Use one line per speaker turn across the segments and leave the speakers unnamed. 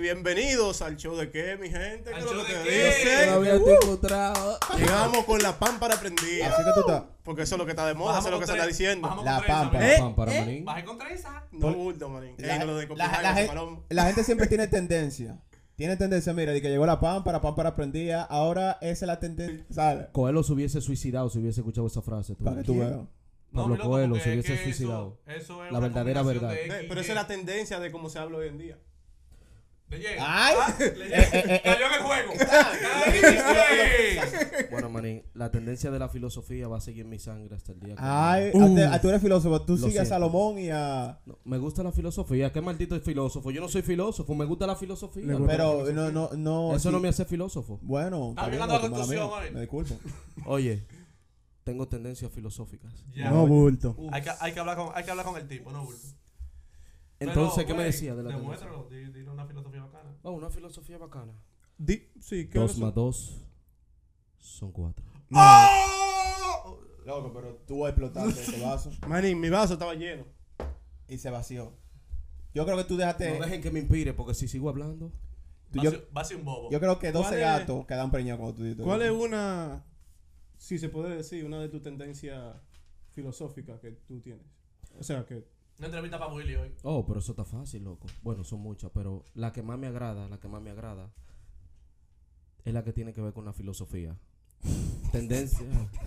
bienvenidos al show de qué, mi gente. ¿Qué
¿Al
es lo
show
que
de
te
qué?
dicen?
Todavía te he encontrado.
Llegamos con la pámpara prendida.
Así que tú estás.
Porque eso es lo que está de moda, eso es lo que se está diciendo.
La pampa,
¿Eh?
la pampa,
¿Eh?
manín.
Bajé ah. contra esa.
No bulto, manín. Ey,
La,
no lo de
la-
Copenhague,
la
ese
gen-
palomo.
la gente siempre tiene tendencia. Tiene tendencia, mira, de que llegó la pámpara, pámpara prendida. Ahora esa es la tendencia. ¿Sabes?
Coelho se hubiese suicidado si hubiese escuchado esa frase. tú.
Para que tú veas.
Pablo
mi loco,
Coelho
porque
se
es
hubiese
que eso-
suicidado.
eso es
La
una
verdadera
combinación
verdad.
de
Ey,
X
Pero
y
esa es la
Y.
tendencia de cómo se habla hoy en día.
Le llega.
¡Ay!
Ah, le llega. Cayó en el juego. ¡Ay!
Bueno, manín, la tendencia de la filosofía va a seguir en mi sangre hasta el día que...
Ay,
Uh.
a- a- tú eres filósofo, tú
Lo
sigues a
siento.
Salomón y a.
No, me gusta la filosofía. Qué maldito es filósofo. Yo no soy filósofo. Me gusta la filosofía. hermano.
Pero no, no, no.
Eso
sí.
no me hace filósofo.
Bueno,
Estás
está bien,
violando la
loco, mala
constitución,
mía.
Joel.
Me disculpo.
Oye, tengo tendencias filosóficas.
Ya.
bulto.
Hay que, hay que hablar con, hay que hablar con el tipo, no bulto.
Entonces,
Pero,
¿qué me
güey,
decía de la tendencia?
Demuéstralo, di- dile una filosofía bacana.
Oh, una filosofía bacana.
Di- sí, ¿qué es
Dos
eso?
más dos son cuatro.
¡Oh!
Ah, Loco, pero tú explotaste ese vaso
Manín, mi vaso estaba lleno.
y se vació. Yo creo que tú dejaste.
No dejen que me inspire, porque si sigo hablando...
tú-
Va
yo,
a ser- va a ser un bobo.
yo creo que 12
¿Cuál es-
gatos quedan preñados cuando tú dices.
¿Cuál es una, si se puede decir, una de tus tendencias filosóficas que tú tienes? O sea, que
Una entrevista para Willy hoy.
Oh, pero eso está fácil, loco. Bueno, son muchas, pero la que más me agrada, la que más me agrada, es la que tiene que ver con la filosofía. Tendencia.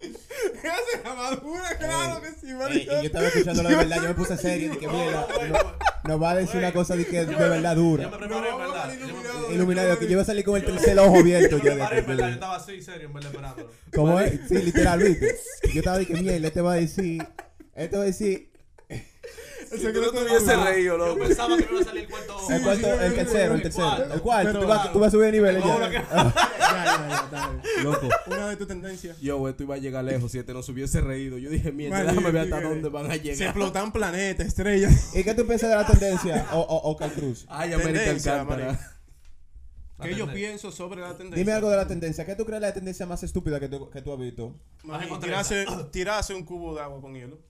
Esa es la madura, claro que sí,
Ey, y Eh, yo estaba escuchando la verdad, yo me puse serio. Dije,
No,
mira,
no, güey,
no-
güey.
nos va a decir
Güey.
una cosa de que de
Yo me-
verdad
Yo me
dura.
preparé, en
No,
verdad.
vamos
Yo me-
iluminados.
Iluminado, que yo iba a salir con el tercer ojo abierto.
Yo
Yo
me preparé, en verdad. Yo
de
estaba así, serio, en verdad, esperándolo.
¿Cómo es? Sí, literal, ¿viste? Yo estaba diciendo, mierda, este va a decir. Este va a decir.
reído,
Yo pensaba que me iba a salir el cuarto ojo.
El, cuarto, el tercero, el tercero. El cuarto.
Pero-
tú, vas, tú vas a subir de nivel.
Tengo uno que-
Ya. Ah,
Ya, ya, ya, está bien.
Loco.
Una de tus tendencias.
Yo, esto iba a llegar lejos si este no se hubiese reído. Yo dije, mierda,
Manín,
déjame ver hasta
dígame.
dónde van a
Se
llegar.
explotan planetas, estrellas.
¿Y qué tú piensas de la tendencia? O, o, o Cruz.
Ay, América
Tendencia,
Alcántara.
La
¿Qué yo
tendencia.
pienso sobre la tendencia?
Dime algo de la tendencia. ¿Qué tú crees la tendencia más estúpida que tú, que tú has visto?
Manín,
Más
tirarse, tirarse un cubo de agua con hielo.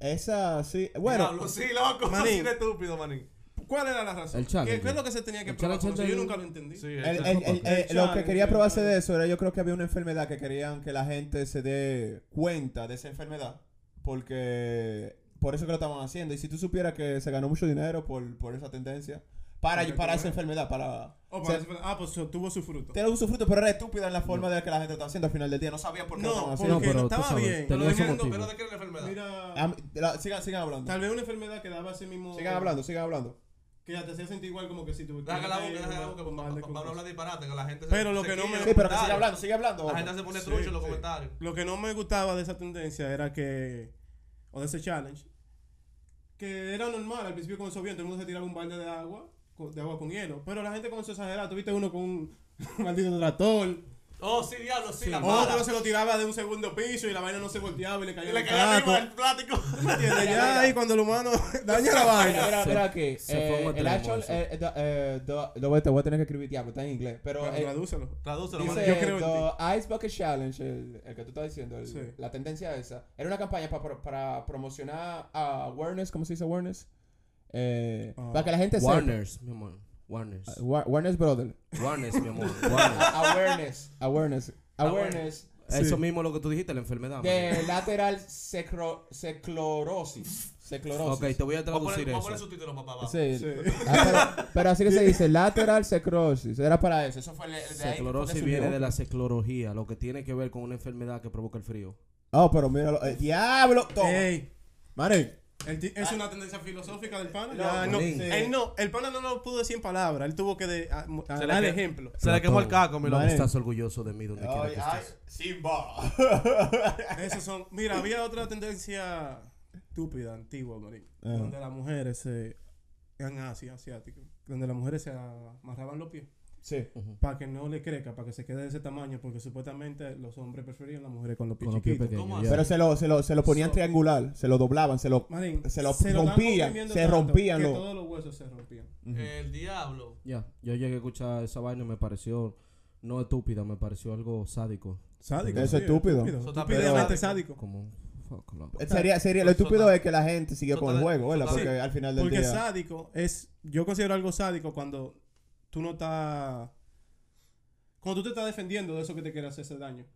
Esa, sí. Bueno,
Diablo, sí, loco.
Manín.
Manín. estúpido, manín.
¿Cuál era la razón?
El
¿Qué,
challenge.
qué es lo que se tenía que
El
probar?
challenge
Porque Yo
del-
nunca lo entendí.
Sí, este
el- el-
exacto.
El
el- el- lo que
challenge,
quería
el
probarse
challenge.
de eso era yo creo que había una enfermedad que querían que la gente se dé cuenta de esa enfermedad. Porque por eso que lo estaban haciendo. Y si tú supieras que se ganó mucho dinero por, por esa tendencia. Para,
Porque
para
tú
esa
eres.
enfermedad, para...
Oh,
o sea,
parece- ah, pues tuvo su fruto.
Tiene un fruto, pero era estúpida en la forma de la que la gente está haciendo al final del día. No sabían por qué lo
No,
estaban
porque no,
haciendo.
No, pero tú
estaba
sabes,
bien.
tenía
Lo
su
dejé-
motivo.
Pero de qué era la enfermedad.
Mira,
Am- la- sigan, sigan hablando.
tal vez una enfermedad que daba ese mismo.
Ah. Sigan hablando, sigan hablando.
Que ya te hacía sentir igual como que si tú.
Deja la boca, deja
Mal-
la boca.
mal de
Vamos a
cosas.
hablar disparate, que la gente se-
Pero lo
se
que no
quilla
me-
en
Sí,
los
pero que siga
comentarios.
hablando, sigue hablando.
La gente se pone
Sí,
trucho en los
sí.
comentarios.
Lo que no me gustaba de esa tendencia era que. O de ese challenge. Que era normal al principio comenzó bien, todo el mundo se tiraba un balde de agua, co- de agua con hielo. Pero la gente comenzó a exagerar. Tuviste uno con un maldito tractor.
Oh, sí, diablo, sí, la mala.
Otro se lo tiraba de un segundo piso y la vaina no se volteaba y le caía
Y
en
le
el
cayó arriba
plato.
el plástico.
¿Tú me entiendes? Ya ahí cuando el humano daña la vaina.
Mira,
Se-
mira aquí.
se
eh,
fue un
el
extremo
actual.
eso.
Eh, eh, do- eh, do- lo voy a- te voy a tener que escribir diablo, está en inglés. Pero.
Pero
eh,
Tradúcelo.
Tradúcelo,
Dice,
mano.
yo creo en
the Ice Bucket Challenge, el, el que tú estás diciendo, el-
Sí.
la tendencia esa, era una campaña pa- para, para promocionar ah, awareness, ¿cómo se dice awareness? Eh,
Ah.
Para que la gente sepa.
Warners, mi amor. Warners.
Ah, Wa- Warness Brother.
Warners, mi amor. Warners.
awareness, awareness, awareness
Eso mismo es lo que tú dijiste, la enfermedad. manín.
de lateral secro, seclorosis. Seclorosis.
Ok, te voy a
Vamos a poner-
traducir
vamos a poner
eso.
subtítulos, papá. abajo.
Sí.
Sí.
Ah, pero, pero así que se dice, lateral secrosis. Era para eso. Eso fue el, el de ahí. fue
Seclorosis
que
viene
surgió.
de la seclorología, lo que tiene que ver con una enfermedad que provoca el frío.
Oh, pero míralo. eh, diablo. Toma.
Ey,
Mare.
el ti- es una tendencia filosófica del pana.
No,
Ya, no, eh,
Manín.
él no, el pana no lo pudo decir en palabras. Él tuvo que de- a- mo- a
Se le
dar
que-
ejemplo.
Se le quemó el caco, mi loco.
Vale.
Estás orgulloso de mí donde quiera que
ay,
estés.
Simba.
Esos son. Mira, había otra tendencia estúpida, antigua, marín,
Ajá.
donde las mujeres se en Asia, asiático, donde las mujeres se amarraban los pies
Sí.
para que no le crezca, para que se quede de ese tamaño, porque supuestamente los hombres preferían las mujeres con los pies
Con los pies
chiquitos.
pequeños,
¿Cómo
ya.
Pero se lo, se lo, se lo ponían
So-
triangular. Se lo doblaban. Se lo.
Marín,
Se lo
dan
rompían,
comprimiendo
se
tanto
rompían
que
los-
todos los huesos se rompían.
El diablo.
Ya, yo llegué a escuchar esa vaina y me pareció no estúpida, me pareció algo sádico.
Sádico.
Eso es estúpido.
Eso está
Estúpidamente
peor.
sádico.
Como Fuck, loco.
Eh, Sería, sería, lo
Total.
estúpido es que la gente siguió con
Total.
el juego, ¿verdad?
Total.
Porque al final del
Porque
día.
sádico es. Yo considero algo sádico cuando tú no estás. Cuando tú te estás defendiendo de eso que te quiere hacer ese daño.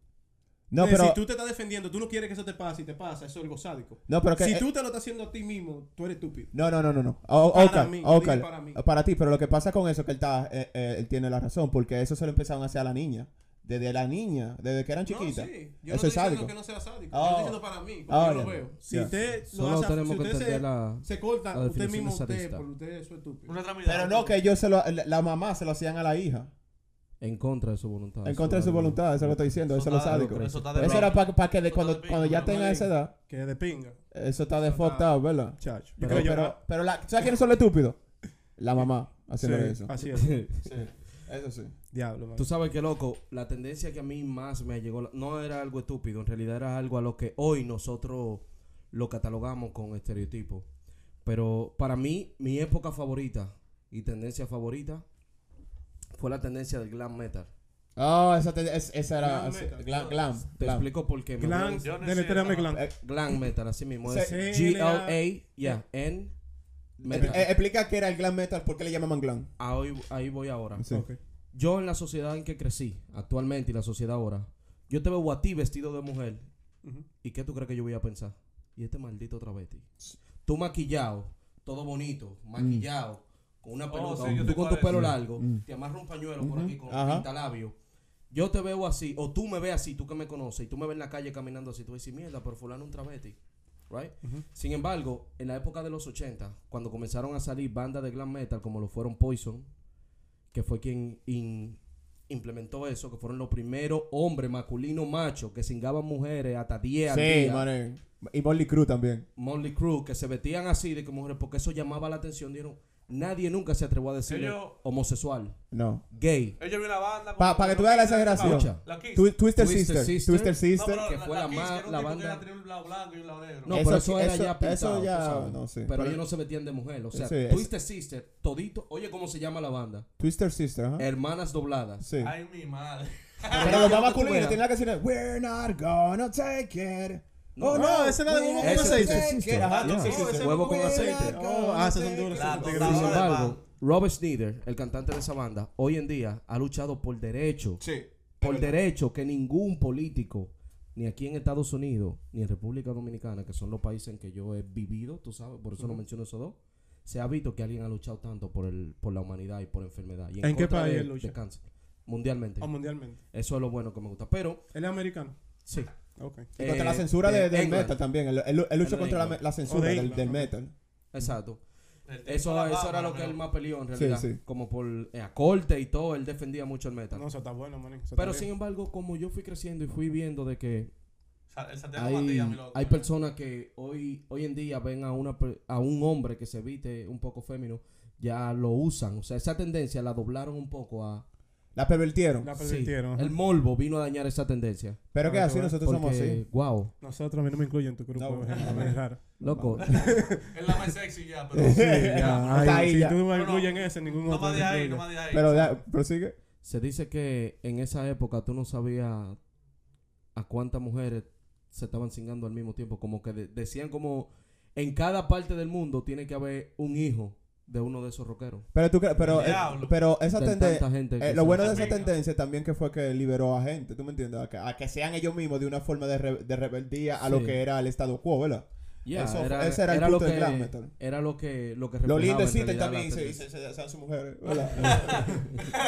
No,
Es
pero.
decir, tú te estás defendiendo, tú no quieres que eso te pase y te pasa, eso es algo sádico.
No, pero que.
si
eh,
tú te lo estás haciendo a ti mismo, tú eres estúpido.
No, no, no, no, no. O-
Para
Ocal,
mí,
Ocal,
dije para mí.
para ti, pero lo que pasa con eso es que él, está, eh, eh, él tiene la razón, porque eso se lo empezaron a hacer a la niña. Desde la niña, desde que eran chiquitas.
No, sí. Yo
Eso
no estoy
es sádico.
diciendo que no sea sádico.
Oh.
Yo estoy diciendo para mí, porque
Oh,
yo
ya.
lo veo. Si
Ya.
usted lo
Solo
hace-
tenemos
si
que
usted
entender
se,
la-
se corta,
la
usted
definición
mismo usted,
sadista.
por usted eso es estúpido.
Una tramidad.
Pero no, que ellos se lo, la, la mamá se lo hacían a la hija.
En contra de su voluntad.
en contra de su voluntad, eso es lo que estoy diciendo, eso, es lo
está de-
sádico.
Eso está de
Eso era
broma.
para que de
Eso
cuando,
está de
cuando ya
pinga,
tenga
¿no?
esa edad,
Que de pinga,
eso está de
Eso
fucked
está-
up, ¿verdad?
chacho. Yo
Pero,
creo que yo-
pero, pero la, ¿sabes quiénes son los estúpidos? La mamá
Sí, Ah,
haciendo eso.
Así es.
Sí, eso sí.
Diablo, man.
Tú sabes que, loco, la tendencia que a mí más me llegó no era algo estúpido, en realidad era algo a lo que hoy nosotros lo catalogamos con estereotipos. Pero para mí, mi época favorita y tendencia favorita fue la tendencia del glam metal.
Ah, esa, te- es- esa era
Glam
esa-
metal.
glam, glam,
Te
glam.
explico por qué. me
Glam,
voy
Yo no
deletréame
sé,
Glam.
eh,
a- glam metal, así mismo.
Se-
es
C-
G-L-A, yeah, N, metal.
Eh, explica qué era el glam metal, por qué le llamaban glam.
Ah, hoy- ahí voy ahora.
Sí.
Ok.
Yo en la sociedad en que crecí, actualmente y la sociedad ahora, yo te veo a ti vestido de mujer.
Ujú.
¿Y qué tú crees que yo voy a pensar? Y este maldito travesti. Tú maquillado, todo bonito, maquillado, con una
Oh,
peluca,
sí, yo
tú
sé
con
cuál
tu
es.
pelo
Mm.
largo,
Mm.
te amarras un pañuelo por
Ujú.
aquí con
Ajá.
pintalabio. Yo te veo así, o tú me ves así, tú que me conoces, y tú me ves en la calle caminando así, tú dices, mierda, pero fulano es un travesti. Right? Sin embargo, en la época de los 80, cuando comenzaron a salir bandas de glam metal como lo fueron Poison, que fue quien in- implementó eso, que fueron los primeros hombres masculinos machos que cingaban mujeres hasta 10 al
Sí,
día.
mané. Y Molly Crew también.
Motley Crue, que se vestían así de que mujeres, porque eso llamaba la atención. Dieron, nadie nunca se atrevió a decir
Ellos-
homosexual,
No.
gay,
Ellos vi la banda.
Pa-
como-
pa' que tú veas la exageración.
Escucha.
La Kiss.
Twi- Twister,
Twister
Sister.
Sister.
Twister
No,
Sister.
pero
que fue la
Kiss,
más-
que era un
la
tipo
banda-
que era- tenía un lado blanco y un lado negro.
No,
Eso
pero eso
sí,
era
eso-
ya pintado,
eso
tú
ya-
sabes.
no, sí.
Pero
Pero-
ellos no se vestían de mujer. O sea,
Sí, es-
Twister Sister, todito. Oye, ¿cómo se llama la banda?
Twister Sister, ajá.
Hermanas dobladas.
Sí.
Ay, mi madre.
Ah. Pero los más
Eh, Tú
masculinos
veas.
tienen la canción We're not gonna take it.
No,
oh,
no,
no,
esa era de
we're
Huevo
not
con
gonna
aceite.
take it. Ajá,
Yeah.
Twister
Oh, ese
Sister.
huevo con
We're
aceite.
not
Oh,
gonna
ah, esas son
take
duras.
it.
esas
Claro,
son duras.
claro.
Sin
Ahora de pan.
embargo, Robert Schneider, el cantante de esa banda, hoy en día ha luchado por derecho,
Sí.
por derecho que ningún político, ni aquí en Estados Unidos, ni en República Dominicana, que son los países en que yo he vivido, tú sabes, por eso no menciono esos dos, se ha visto que alguien ha luchado tanto por el, por la humanidad y por enfermedad. Y en,
¿En qué
contra
país
de-
él lucha?
de cáncer, mundialmente.
O Ah, mundialmente.
Eso es lo bueno que me gusta. Pero,
Él es americano.
sí.
Ok.
Y contra la
eh,
censura de- del
England.
metal también. Él- Él él luchó
Pero de
contra la,
England.
la censura
O de
del,
England,
del
ok.
metal.
Exacto.
El tipo de
Eso,
la
eso
banda,
era lo que
pero-
él más peleó en realidad.
sí.
Como por eh, a corte y todo, él defendía mucho el metal.
No, eso está bueno, man. eso está
Pero
bien.
sin embargo, como yo fui creciendo y fui viendo de que
O sea, El Santiago
hay,
Matías, mi loco.
hay personas que hoy, hoy en día ven a, una, per- a un hombre que se viste un poco fémino, ya lo usan. O sea, esa tendencia la doblaron un poco a...
La pervertieron.
La
Sí,
pervirtieron. ajá.
el morbo vino a dañar esa tendencia.
Pero que
Ah,
así
qué bueno.
nosotros somos así.
wow.
Nosotros a mí no me incluyen en tu grupo.
No.
por ejemplo, es raro.
Loco,
Es la más sexy ya, pero.
Sí, ya,
Está
ay,
ahí
si
ya.
tú
No,
me
no.
incluyes en ese, ningún
No
otro.
más
te
de ahí,
incluye.
no más de ahí.
Pero ya, prosigue.
se dice que en esa época tú no sabías a cuántas mujeres se estaban cingando al mismo tiempo. Como que de- decían como en cada parte del mundo tiene que haber un hijo de uno de esos rockeros.
Pero tú crees, pero, eh,
Diablo.
pero esa
De
tendencia.
tanta gente que
lo
se-
bueno de esa
Venga.
tendencia también que fue que liberó a gente, ¿tú me entiendes? A que, a que sean ellos mismos de una forma de, re- de rebeldía a lo
Sí.
que era el estado quo, ¿verdad?
Ya,
Eso- ese era el
lo
punto
que,
del este. glam metal.
Era lo que, lo que
Los lindos
reflejaba en
existen
realidad
también y
la
se, y
tendencia.
se, se- se dan sus mujeres, ¿verdad?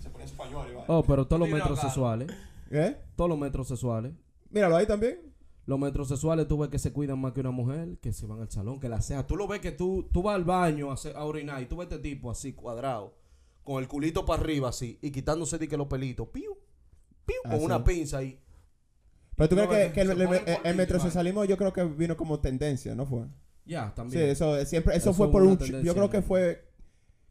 se ponen su pañuelo y va.
Oh, pero todos los
Mira,
metrosexuales,
¿Eh?
todos los metrosexuales,
Míralo ahí también.
los metrosexuales tú ves que se cuidan más que una mujer, que se van al salón, que la ceja. Tú lo ves que tú, tú vas al baño a, hacer- a orinar y tú ves este tipo así cuadrado, con el culito para arriba así y quitándose de que los pelitos, piu, piu,
Ah,
con
sí.
una pinza ahí.
Pero tú
No,
crees
se
que, que el, eh, el,
ponen por
el- el
mí,
metrosexualismo yo creo que vino como tendencia, ¿no fue?
Ya,
Sí,
también.
eso eh, siempre, eso,
Eso
fue
es
por
una
un... ch- Yo
tendencia.
creo que fue...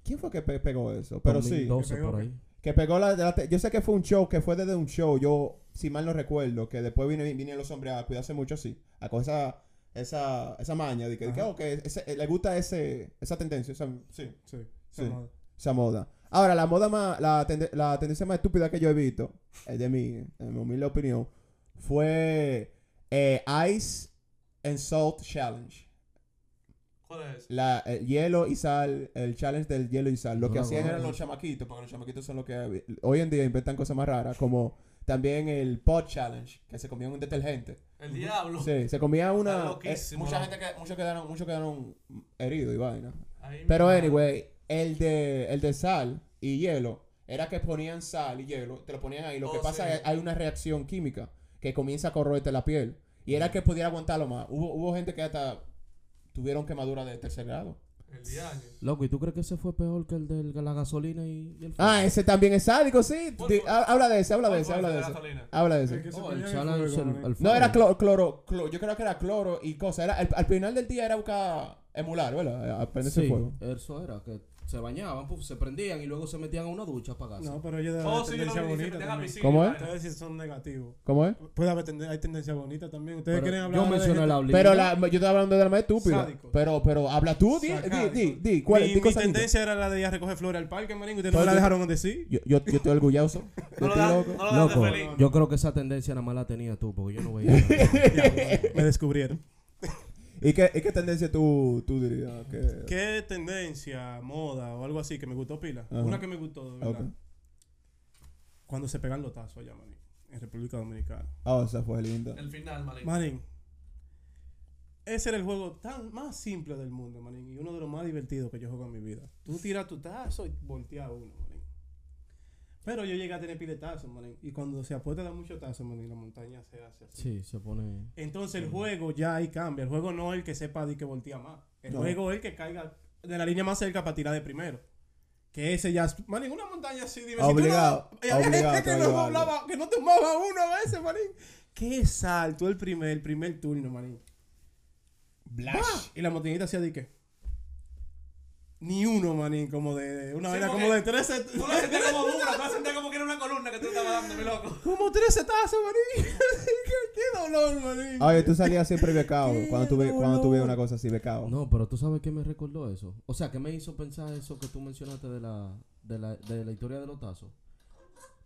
¿Quién fue que pe- pegó eso? Pero sí.
2012
que pegó,
por ahí.
Que pegó la, la te- Yo sé que fue un show, que fue desde un show, yo, si mal no recuerdo, que después vine- vinieron los hombres a cuidarse mucho así, a con esa, esa, esa maña, de que, de que,
Ajá.
oh, que ese- eh, le gusta ese, esa tendencia, esa, sí,
Sí,
Sí.
esa moda.
esa moda. Ahora, la moda más, la, tende- la tendencia más estúpida que yo he visto, es de mi, en mi humilde opinión, fue eh, Ice and Salt Challenge.
¿Cuál es?
La, el hielo y sal, el challenge del hielo y sal. Lo que
Ah,
hacían
bueno.
eran los chamaquitos, porque los chamaquitos son los que hoy en día inventan cosas más raras, como también el pot challenge, que se comían un detergente.
El diablo.
Sí, se comía
Está
una. eh,
loquísimo,
mucha
¿no? Mm.
gente que, muchos quedaron, muchos quedaron heridos y vaina.
Ahí mi
Pero
madre.
anyway, el de, el de sal y hielo era que ponían sal y hielo, te lo ponían ahí. Lo que
Oh,
pasa
sí.
es que hay una reacción química que comienza a corroerte la piel. Y
Mm.
era que pudiera aguantarlo más. Hubo, hubo gente que hasta tuvieron quemadura de tercer grado.
El diablo.
Loco, ¿y tú crees que ese fue peor que el de la gasolina y, y el fuego?
Ah, ese también es sádico, sí.
Por
Di-
favor.
ha- habla de ese, habla de
¿Cuál
ese,
fue el
habla de
de
ese.
gasolina?
Habla de
El
ese.
que se
Oh,
pelea
el
en
chala
el
es el-
fuego, ¿no?
el
No, era cloro,
fuego.
cloro, clo- yo creo que era cloro y cosas. Era, al, al final del día era buscar emular, ¿verdad? A prenderse
Sí,
fuego.
eso era, que se bañaban, puf, se prendían y luego se metían a una ducha a apagarse.
No, pero ellos deben
Oh,
haber
sí, yo lo
tendencia
vi. se
bonita
metían a
también.
piscina y
¿Cómo es?
vaina.
Ustedes sí son negativos.
¿Cómo es?
Puede haber tendencia, hay tendencia bonita también. Ustedes
Pero
quieren hablar
yo
ahora de
mencioné
gente-
la obligada.
Pero la, yo estaba hablando de la más estúpida.
Sádico.
Pero, pero habla tú, di, di,
Sacádico.
di, di, ¿cuál es?
mi,
Di
mi
cosas lindas.
tendencia era la de ir a recoger flores al parque, marín. Ustedes no
Todo
la
el-
dejaron decir.
Yo, yo, yo estoy orgulloso.
No
Yo
lo
estoy
dejaste-
loco.
no lo dejaste
Loco,
feliz.
yo creo que esa tendencia nada más la tenía tú, porque yo no veía. nada.
pues, Me descubrieron.
¿Y qué, y qué tendencia tú, tú dirías? Que...
¿Qué tendencia, moda o algo así que me gustó pila?
Ajá.
Una que me gustó, de verdad.
Ok.
Cuando se pegan los tazos allá, marín, en República Dominicana.
Ah, esa fue linda.
El final, marico.
Marín, ese era el juego tan más simple del mundo, marín, y uno de los más divertidos que yo juego en mi vida. Tú tiras tu tazo y volteas uno, marín. Pero yo llegué a tener piletazos, marín, y cuando se apuesta da mucho tazo, marín, la montaña se hace así.
sí, se pone...
Entonces el juego ya ahí cambia. El juego no es el que sepa de que voltea más. El
No.
juego es el que caiga de la línea más cerca para tirar de primero. Que ese ya. es- Manín, una montaña así, dime. si tú
Obligado,
no- Y había gente
obligado,
que
te
no
lo
doblaba, que no tomaba uno a veces, manín. Qué salto el primer, el primer turno, manín.
Blash.
Y la montañita hacía de qué. Ni uno, manín, como de. Una
Sí,
vaina
porque
como de 13.
Tú la sentías como dura, tú la sentías como que era una columna que tú estabas dando, mi loco.
Como 13 tazos, manín. qué, qué dolor, manín.
Oye, tú salías siempre becado
Qué
cuando tú, ve, cuando tú
dolor.
veías una cosa así, becado.
No, pero tú sabes qué me recordó eso. O sea, ¿qué me hizo pensar eso que tú mencionaste de la, de la, de la historia de los tazos?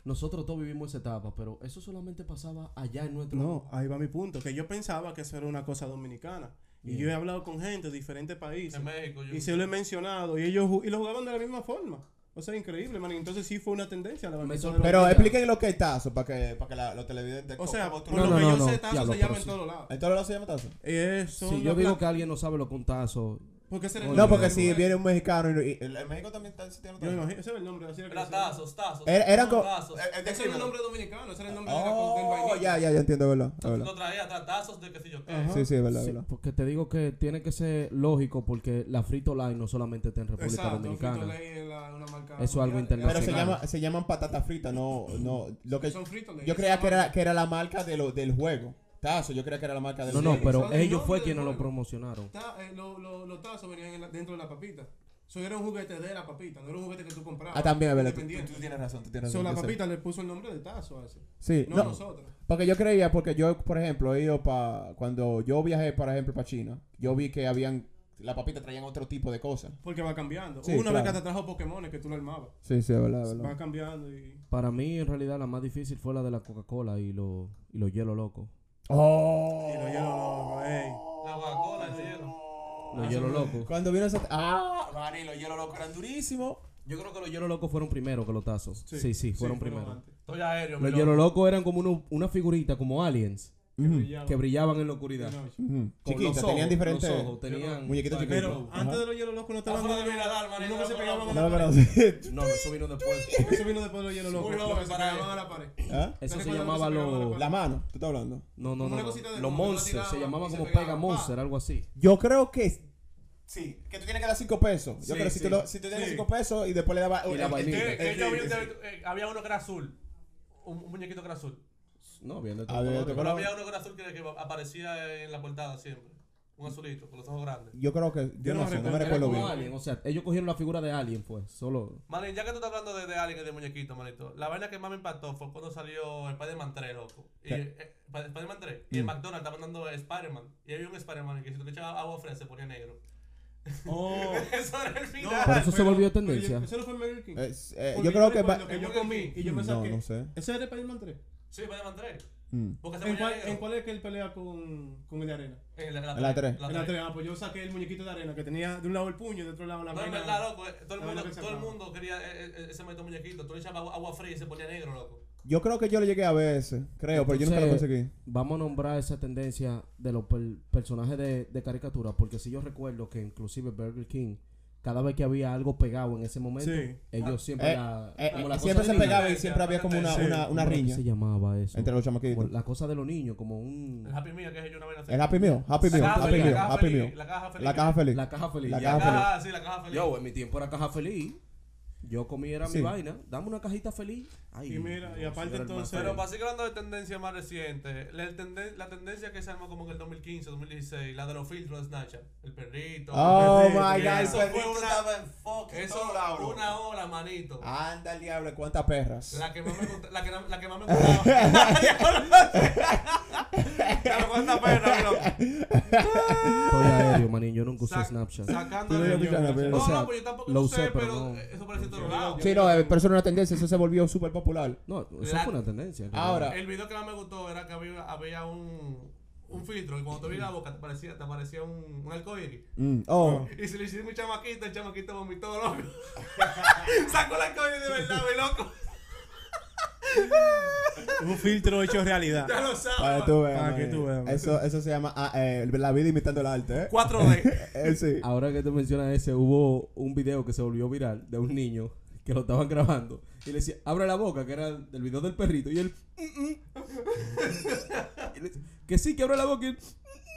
Nosotros todos vivimos esa etapa, pero eso solamente pasaba allá en nuestro...
No, ahí va mi punto. Que yo pensaba que eso era una cosa dominicana. Y yo he hablado con gente de diferentes países.
En México, yo.
Y se lo he mencionado. Y ellos ju- y lo jugaban de la misma forma. O sea, increíble, man. Entonces sí fue una tendencia. La
Me
banqueta de
sorpre-
Pero
Ya.
expliquen lo que es tazo para que, para que la- los televidentes.
los- O sea,
¿cómo tú
por
No,
lo
no,
que
no,
yo
no.
sé, tazo
Diablo,
se llama
pero
en
sí.
todos lados.
¿En todos lados se llama tazo?
Eh, son
Si yo
los
digo
blancos.
que alguien no sabe lo que un tazo...
¿Por qué será el
No,
No,
nombre
porque
del
si
juego?
viene un mexicano y. y- el- en México también está- se tiene
Yo me
tazo.
imagino, ese era el nombre. Así era que
Era
se llamaba.
tazos, tazos.
Era- eran
Tazos,
co-
tazos.
Eh, eh,
Ese era
decímelo.
el nombre dominicano. Ese era el nombre de la del
Oh,
vainilla.
ya, ya, ya entiendo, ¿verdad? Es verdad.
Lo traía tra- tazos de qué sé yo qué.
Ajá.
Sí, sí, es verdad, es
Sí,
verdad.
porque te digo que tiene que ser lógico porque la Frito Line no solamente está en República
Exacto,
Dominicana.
Frito Lay es la- una marca
Eso es algo
mundial.
internacional.
Pero se,
Nacional.
llama, se llaman patatas fritas, no, no. Lo que,
Son Frito Lay,
yo
esa
creía que
marca.
era, que era la marca de lo, del juego. Tazo, yo creía que era la marca del
No,
juego.
no, pero
son el
ellos
nombre pues.
fue
del
quienes lo
juego.
promocionaron.
Ta- eh, lo- lo- los tazos venían en la- dentro de la papita. Eso era un juguete de la papita, no era un juguete que tú comprabas.
Ah, también, es verdad. Tú,
Independiente.
tú tienes razón, tú tienes
So,
razón.
la
yo sé.
papita le puso el nombre de tazo a ese.
Sí,
No,
no,
nosotros.
porque yo creía, porque yo, por ejemplo, he ido pa, cuando yo viajé, por ejemplo, para China, yo vi que habían, la papita traían otro tipo de cosas.
Porque va cambiando.
Sí,
Hubo una
claro.
vez que te trajo Pokémon que tú lo armabas.
Sí, sí, es verdad, es
Va
verdad.
cambiando y.
Para mí, en realidad, la más difícil fue la de la Coca-Cola y los y los hielo locos.
Y lo
¡Oh!
hielo loco, ey.
La Coca-Cola, el hielo.
Oh,
Los hielo locos.
Cuando vino esa... ¡Ah! Mari, los hielos locos eran durísimos.
Yo creo que los hielo locos fueron primero que los tazos. Sí, sí, fueron primero.
antes.
Estoy aéreo, mi
Los
loco.
hielo locos eran como unos- una figurita, como aliens,
Que brillaban
que brillaban en la
de
oscuridad.
noche.
Ujú.
Con los
Chiquitas,
ojos,
tenían diferentes...
los ojos, tenían-
Muñequitos
Pero-
chiquitos.
Pero antes de los hielo locos no estaban
Afuera
nada
de
de
Miradal, marico.
Uno que se pegaban a
Coca-Cola.
la
No, pero
pared.
sí.
No, eso vino después.
Eso vino después de los hielo locos.
Muy joven
los que se
para
pegaban
él.
a la pared.
¿Ah?
Eso
¿Te
se
acuerdas
llamaba
que se pegaba
los...
la-
La mano, tú estás hablando.
No, no,
Como
no.
una cosita de
Los
como que la
monsters. Se
tiraban
llamaban
y se
como
pegaban,
Pega
pa.
Monster, algo así.
Yo creo que. Sí, que tú tienes que dar 5 pesos. Yo
Sí,
creo que si
sí.
tú, lo- si tú tienes
Sí.
5 pesos y después le dabas.
Y la
eh,
vainilla.
eh,
Que- que
Sí,
yo
sí,
había,
sí.
eh, había uno que era azul. Un, un muñequito que era azul.
No, bien de
A ver,
colores.
Ah, de
Pero
Color.
había uno que era azul que, que aparecía en la portada siempre. Un azulito, con los ojos grandes.
Yo creo que. Yo
Yo
no
no
sé, no
recuerdo.
me
Era
recuerdo
como
bien.
Alien, o sea, ellos cogieron la figura de Alien, pues, solo...
Manín, ya que tú estás hablando de, de Alien y de muñequito, manito, la vaina que más me impactó fue cuando salió Spider-Man 3, loco. Y,
¿Qué?
eh, Sp- Spider-Man 3. Y el McDonald's estaba dando Spider-Man. Y había un Spider-Man que si tú le echabas agua fresca se ponía negro.
Oh.
Eso era el
No,
final.
Por eso se
pero- pero
volvió
yo-
tendencia.
Eso no fue Mary King.
Es- eh,
Porque
yo creo que.
recuerdo
va- Mm,
que yo comí y yo me
No,
saqué.
no sé.
¿Ese era el Spider-Man 3?
Sí, Spider-Man 3.
Mm.
Porque ese
¿En cuál,
muñeco
en cuál es que él pelea con, con el de arena?
en el de
En la
la tres,
tres.
En la
tres.
3, ah, pues yo saqué el muñequito de arena que tenía de un lado el puño y de otro lado la
No, en
vaina.
verdad, loco. eh, Todo el
la vaina
mundo,
que se
todo el
acaba.
mundo quería eh, eh, ese maldito muñequito. Tú le echabas agua, agua fría y se ponía negro, loco.
Yo creo que yo lo llegué a ver ese, creo, pero yo nunca lo
Entonces,
conseguí.
Vamos a nombrar esa tendencia de los per- personajes de, de caricatura, porque si yo recuerdo que inclusive Burger King, cada vez que había algo pegado en ese momento,
Sí.
ellos siempre
Eh,
la-
eh,
como la cosa
siempre
de
se
niños.
pegaba y siempre había como una,
Sí.
una, una
¿Cómo era que
riña
se llamaba eso?
entre los
Como
chamaquitos.
la cosa de los niños, como un...
El Happy Meal, que es yo una vaina así.
Mm. El Happy Meal, Happy Meal,
La caja
Happy
feliz, la
Meal,
caja
Happy
feliz,
Meal.
La caja feliz.
La caja feliz.
La caja feliz.
La
Ya.
La
caja feliz.
caja, Ah, sí, la caja feliz.
Yo, en mi tiempo era caja feliz. Yo comía era
Sí.
mi vaina. Dame una cajita feliz. Ay,
Y mira, y
no,
aparte
eso era el
entonces-
más
Pero
feliz.
para seguir hablando de tendencias más recientes, la, tenden- la tendencia que se armó como en el 2015, 2016, la de los filtros de Snapchat, el perrito.
Oh
Perfecto.
my
el perrito.
god,
eso
ese-
fue una,
en
eso
todo lado, Ah. bro.
una hora, manito.
Anda el diablo, cuántas perras.
La que más me gusta- la que, la que más me gustaba. Pero cuánta pena, loco.
Estoy aéreo, manín. Yo nunca usé
Sac-
Snapchat.
Sacando
Tú no
el-
eres cristiano, pero-
No,
Eh, O sea,
no, pues yo tampoco
lo
lo
usé,
sé,
pero
pero
no.
eso parece en todos lados.
Sí, no, eh, pero eso no era una tendencia, eso se volvió súper popular.
No, eso
La-
fue una tendencia. que-
Ahora.
El video que más me gustó era que había, había un, un filtro que cuando te vi la boca te parecía, te parecía un, un arcoíris.
Mm, Oh,
Y si le hiciste mi chamaquito, el chamaquito vomitó, loco. Sacó el arcoíris de verdad, mi loco.
Un filtro hecho realidad.
Ya lo
para
sabes.
que tú veas.
Para que
man.
tú veas, man.
Eso, eso se llama ah, eh, la vida imitando el arte, ¿eh?
4D.
Eh, sí.
Ahora que tú mencionas ese, hubo un video que se volvió viral de un niño que lo estaban grabando y le decía, abre la boca, que era el video del perrito. Y él, "Mm, mm". Y le decía, que sí, que abre la boca. Y, él,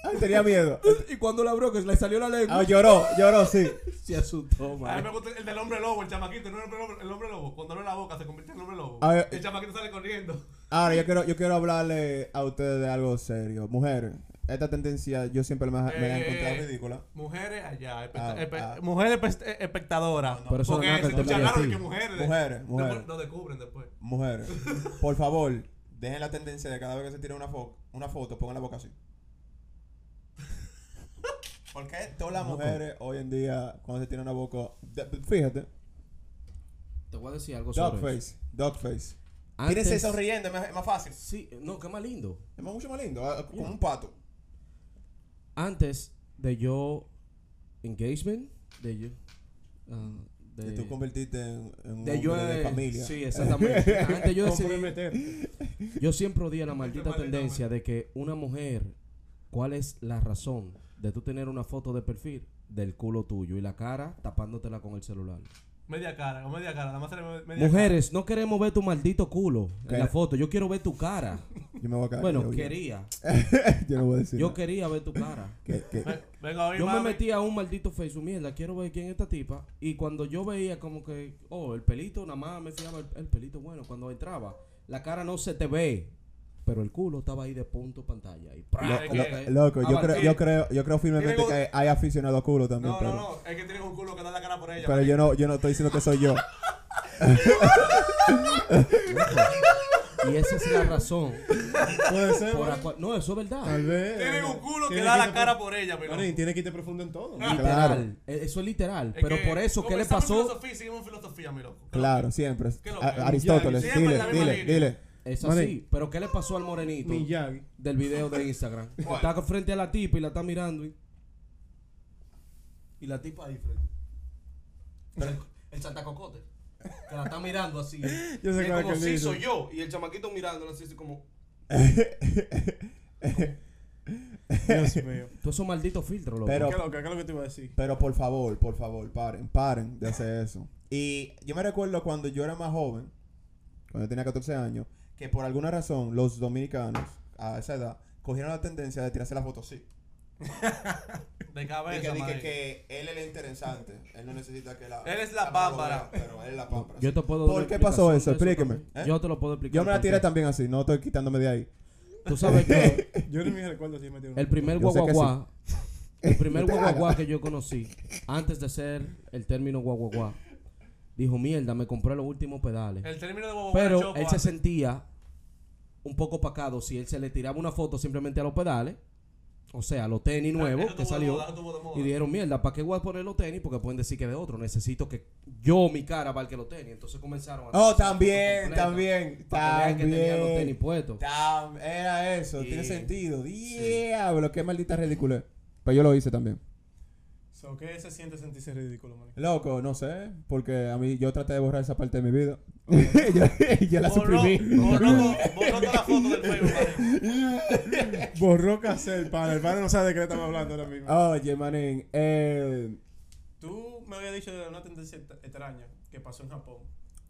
Ay, tenía miedo.
y cuando la abrió, que le salió la lengua,
Ah, lloró, lloró, sí.
se
ah,
asustó,
A mí me
man.
gusta el del hombre lobo, el chamaquito, no el hombre lobo, el hombre lobo. Cuando abre la boca se convierte en hombre lobo.
A ver,
el chamaquito sale corriendo.
Ahora, yo quiero, yo quiero hablarle a ustedes de algo serio. Mujeres, esta tendencia yo siempre me, me la he
Eh,
encontrado ridícula.
Mujeres allá, especta-
Ah,
espe-
ah.
mujeres espe- eh, espectadoras.
Pero eso no
porque
es nada que
se
te
escucha
vaya a
raro de
ti.
que mujeres.
Mujeres, mujeres.
Después Lo descubren después.
Mujeres, por favor, dejen la tendencia de cada vez que se tira una, fo- una foto, pongan la boca así. Porque todas las mujeres hoy en día, cuando se tiran una boca, de- fíjate,
Te voy a decir algo sobre eso.
dogface, dogface.
Antes-
Tírense sonriendo, es más, es más fácil.
Sí, no, qué más lindo.
Es más- mucho más lindo, ah, como un pato.
Antes de yo engagement, de yo ah, de,
y tú convertiste en, en un
de yo
hombre de
eh,
familia.
Sí, exactamente. Antes yo decidí-
Comprometer.
yo siempre odié la maldita
maldito
tendencia de que una mujer, ¿cuál es la razón de tú tener una foto de perfil del culo tuyo y la cara tapándotela con el celular?
Media cara, o media cara, nada más sale me- media
Mujeres, no queremos ver tu maldito culo
Cara.
en la foto. Yo quiero ver tu cara.
Yo me voy a caer.
Bueno,
yo, yo-
quería.
yo no voy a decir.
Yo
nada.
quería ver tu cara.
Que- que-
cara. Ve- Venga, hoy
Yo me
mami.
metí a un maldito Facebook, mierda, quiero ver quién es esta tipa. Y cuando yo veía como que, oh, el pelito, nada más me fijaba el, el pelito bueno. Cuando entraba, la cara no se te ve, pero el culo estaba ahí de punto pantalla. Y ¡pra!
Lo-
como
lo-
que-
Loco, yo
Ahora,
creo, yo creo, yo creo firmemente
Tiene
que hay aficionado a culo también,
No,
pero,
no, no, es que tienen un culo que da la cara por ella.
pero yo no, yo no estoy diciendo que soy yo.
Y esa es la razón.
Puede ser.
por la
Marín.
cual- no, eso es
Tal
verdad.
vez.
Tienen un culo que
Tiene
da
que
la
irte
cara
pro-
por Ah. ella, pero.
Marín, tiene que irte profundo en todo.
Literal. Eh, Eso es literal. Pero por eso, ¿qué le pasó?
Filosofía, y seguimos en filosofía, mi loco.
Claro, siempre.
Qué loco.
A- Aristóteles,
Siempre
dile,
la misma
dile,
línea.
dile.
Es
Manín.
así. Pero ¿qué le pasó al morenito
Miyagi.
del video de Instagram? Que Está frente a la tipa y la está mirando. Y, y la tipa ahí frente. El chantacocote. Que la está mirando así.
Yo sé
Y
cuál es
como,
que
sí,
él
soy
dice".
yo. Y el chamaquito mirándola así, así como...
Dios mío.
Todos esos malditos filtros, loco.
Pero-
¿Qué es lo que, qué es lo que te iba a decir?
Pero por favor, por favor, paren, paren de hacer eso. Y yo me recuerdo cuando yo era más joven, cuando yo tenía 14 años, que por alguna razón los dominicanos a esa edad cogieron la tendencia de tirarse la foto así.
De
Y que,
cabeza,
di que-
madre.
que él es el interesante. Él no necesita que la.
Él es la
cámara lo
pámpara.
vea, Pero él es la pámpara.
Yo
sí.
te puedo dar
¿Por
una
qué pasó eso?
explicación de
Explíqueme.
también.
¿eh?
Yo te lo puedo explicar.
Yo me la tiré
porque
también así, no estoy quitándome de ahí.
Tú sabes que
Yo ni me recuerdo si me metí
El primer
Yo sé que
guaguaguá. El primer
No te
guaguaguá que yo conocí, antes de ser el término guaguaguá, dijo, mierda, me compré los últimos pedales.
El término de bobo
Pero él se sentía un poco pacado si él se le tiraba una foto simplemente a los pedales. O sea, los tenis nuevos
Eso
que
tuvo de
salió.
moda, eso tuvo de moda.
Y dijeron, mierda, ¿para qué voy a poner los tenis? Porque pueden decir que de otro. Necesito que yo, mi cara, valga los tenis. Entonces comenzaron a...
Oh,
hacer
también,
fotos completas
también,
Para que vean que tenían los tenis
también.
puestos.
Tam- Era eso,
Y-
tiene sentido. Diablo, qué maldita ridícula. Pero yo lo hice también.
So, ¿Qué se siente sentirse ridículo, marico?
Loco, no sé, porque a mí yo traté de borrar esa parte de mi vida. yo, yo la
Borró-
suprimí.
borró- borró toda la foto del Facebook, marico.
Borró cassette, para el padre no sabe de qué le estamos hablando ahora mismo.
Oye, manín, eh,
Tú me habías dicho de una tendencia extra- extraña que pasó en Japón.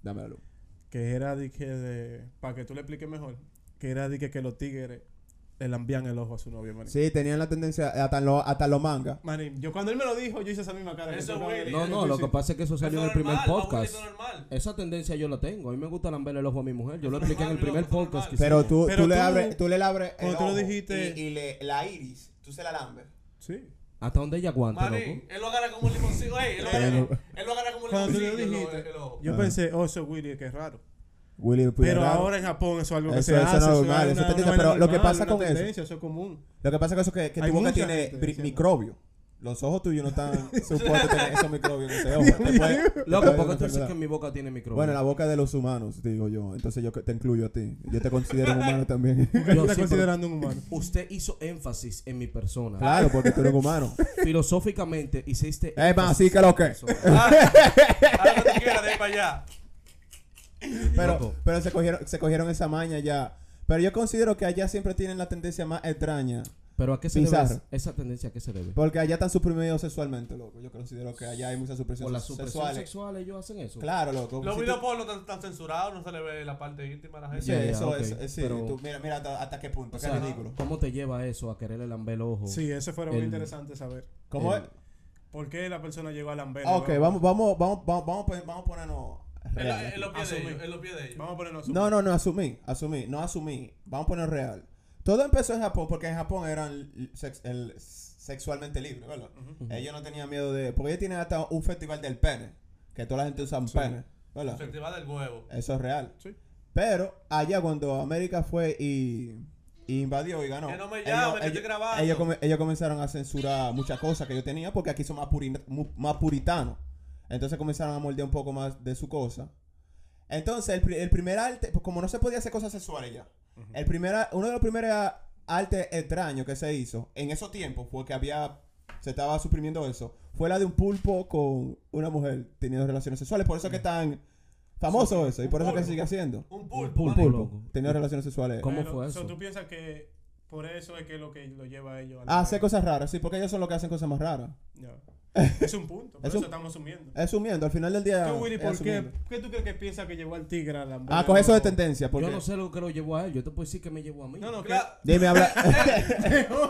dame la luz.
Que era de que de. Para que tú le expliques mejor. Que era de que, que los tigres le lambían el ojo a su novio, marico.
Sí, tenían la tendencia hasta en lo- hasta en los mangas.
Marín, yo cuando él me lo dijo, yo hice esa misma cara. que
Eso
tú
es
acabas de
güey.
decir.
No, no, lo que pasa es que eso salió en el primer
normal,
podcast. Eh,
abuelito normal.
Esa tendencia yo la tengo. A mí me gusta lamberle el ojo a mi mujer. Yo
Eso
lo expliqué en el
normal,
primer
loco, eso
podcast que
normal.
Pero
hicimos.
tú,
Pero
tú, le
tú-
abres, tú le abres. el
cuando tú lo
ojo
dijiste-
Y, y le- la iris, tú se la lambes.
Sí.
Hasta donde ella aguanta,
Marín,
loco.
él lo agarra como un limoncillo. Ey, él, lo
Pero-
agarra, él lo agarra como un
Cuando tú
limoncillo.
lo
el ojo,
dijiste,
el ojo.
Ah.
yo pensé, oh, eso es Willy, que es raro.
Willy
Pero
Piedra.
ahora en Japón eso es algo que
Eso-
se
eso
hace.
es
es
normal, eso
una-
te dice,
una
pero
vaina
lo que pasa
normal,
con
una
eso-
tendencia, Eso es común.
Lo que pasa es que eso que, que
Hay
tu boca
mucha
tiene
gente
bri-
diciendo.
microbio. Los ojos tuyos no están supuestos tener esos microbios en ese ojo. Te puede- te puede
Loco, ¿por qué tú
dar
dices
enfermedad.
que mi boca tiene micrófono?
Bueno, la boca de los humanos, digo yo. Entonces yo que- te incluyo a ti. Yo te considero un humano también.
Porque
Yo
tú estás
sí, pero-
considerando un humano.
Usted hizo énfasis en mi persona.
claro, Eh. porque tú eres un humano.
Filosóficamente hiciste...
Es más, así que lo que.
énfasis en mi persona.
Ah, ahora no te quieras de ahí para allá.
Pero,
Loco.
pero se, cogieron, se cogieron esa maña ya. Pero yo considero que allá siempre tienen la tendencia más extraña.
Pero ¿a qué se
Bizarro.
debe esa tendencia? ¿A qué se debe?
Porque allá están suprimidos sexualmente, loco. Yo considero que allá hay muchas
Por
supresiones
las supresiones
sexuales.
sexuales ellos hacen eso.
Claro, loco.
Los
Si
videos
tú-
porno están, están censurados, no se le ve la parte íntima a la gente.
Sí,
Ya, ya,
eso
ok,
es. es- sí,
pero-
tú- mira, mira hasta, hasta qué punto.
O
qué
sea,
ridículo.
¿cómo te lleva eso a quererle lamber el ojo?
Sí, eso fuera muy
El-
interesante saber.
¿Cómo
el-
es?
¿Por qué la persona llegó a Lambert?
Ah, ok, vamos, vamos, vamos, vamos, vamos, a pon- vamos a ponernos.
En la-
real.
en los pies de
Asumí.
ellos. en los pies de ellos.
Vamos a ponernos.
No, no, no, asumí, asumí, no asumí. Vamos a poner real. Todo empezó en Japón porque en Japón eran l- sex- el- sexualmente libres, ¿verdad? Ellos no tenían miedo de. Porque ellos tienen hasta un festival del pene. Que toda la gente usa un pene, ¿verdad?
Festival del huevo.
Eso es real.
Sí.
Pero allá cuando América fue y, y invadió y ganó.
Que no me llame, que estoy grabando.
ellos come- ellos comenzaron a censurar muchas cosas que yo tenía porque aquí son más, purin- mu- más puritanos. Entonces comenzaron a moldear un poco más de su cosa. Entonces, el, pri- el primer arte, pues, como no se podía hacer cosas sexuales ya, el primer, a- uno de los primeros a- artes extraños que se hizo en esos tiempos, porque había, se estaba suprimiendo eso, fue la de un pulpo con una mujer teniendo relaciones sexuales. Por eso es que tan famoso eso, y por eso que
pulpo.
se sigue haciendo.
Un pulpo.
pulpo,
marico.
loco.
Teniendo relaciones sexuales.
¿Cómo fue eso?
¿Tú piensas que por eso es que lo que lo lleva a ellos a
Ah, Hacer
Lambert?
cosas raras, sí, porque ellos son los que hacen cosas más raras.
Ya. Es un punto, por
Es
eso
un-
estamos asumiendo.
Es sumiendo, al final del día.
Tú, Willy,
es
¿por qué,
asumiendo.
qué tú crees que piensa que llevó al tigre a Lambert?
Ah, coge eso de tendencia, porque.
Yo no sé lo que lo llevó a él. Yo te puedo decir que me llevó a mí.
No, no, que-
Claro.
Dime, habla.
Ey,
Ah, tenemos-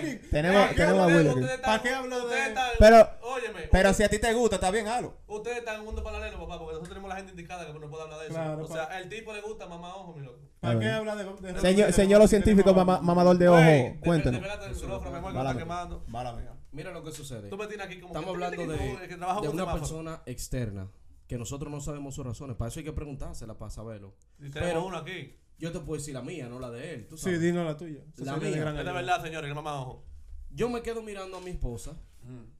ey,
tenemos a
ustedes-
Willy aquí.
ustedes están-
¿Para qué hablo de-
ustedes están-
Pero-
Óyeme.
Pero
ustedes-
si a ti te gusta, está bien, halo.
Ustedes están en un mundo paralelo, papá, porque nosotros tenemos la gente indicada que no puede hablar de eso.
Claro,
o sea, al tipo le gusta mamá ojo, mi loco.
¿Para
A
qué
ver.
habla de, de-
Ah, Señor,
de-
señor los
de- de-
científicos mama- mamador de ojo,
Ey,
cuéntanos.
despégate del micrófono, mi amor, que me
Mala
está
mía.
quemando.
Mala mía.
Mira lo que sucede.
Tú me tienes aquí como que-
Estamos hablando de,
tú, el que trabaja
de
con
una
semáforos.
persona externa que nosotros no sabemos sus razones. Para eso hay que preguntársela para saberlo.
Y tenemos
Pero-
uno aquí.
Yo te puedo decir la mía, no la de él. Tú
Sí,
sabes.
dinos la tuya. Eso
La
sería de
mía.
gran
Es la
ayuda.
verdad, señores, que mamá ojo.
Yo me quedo mirando a mi esposa.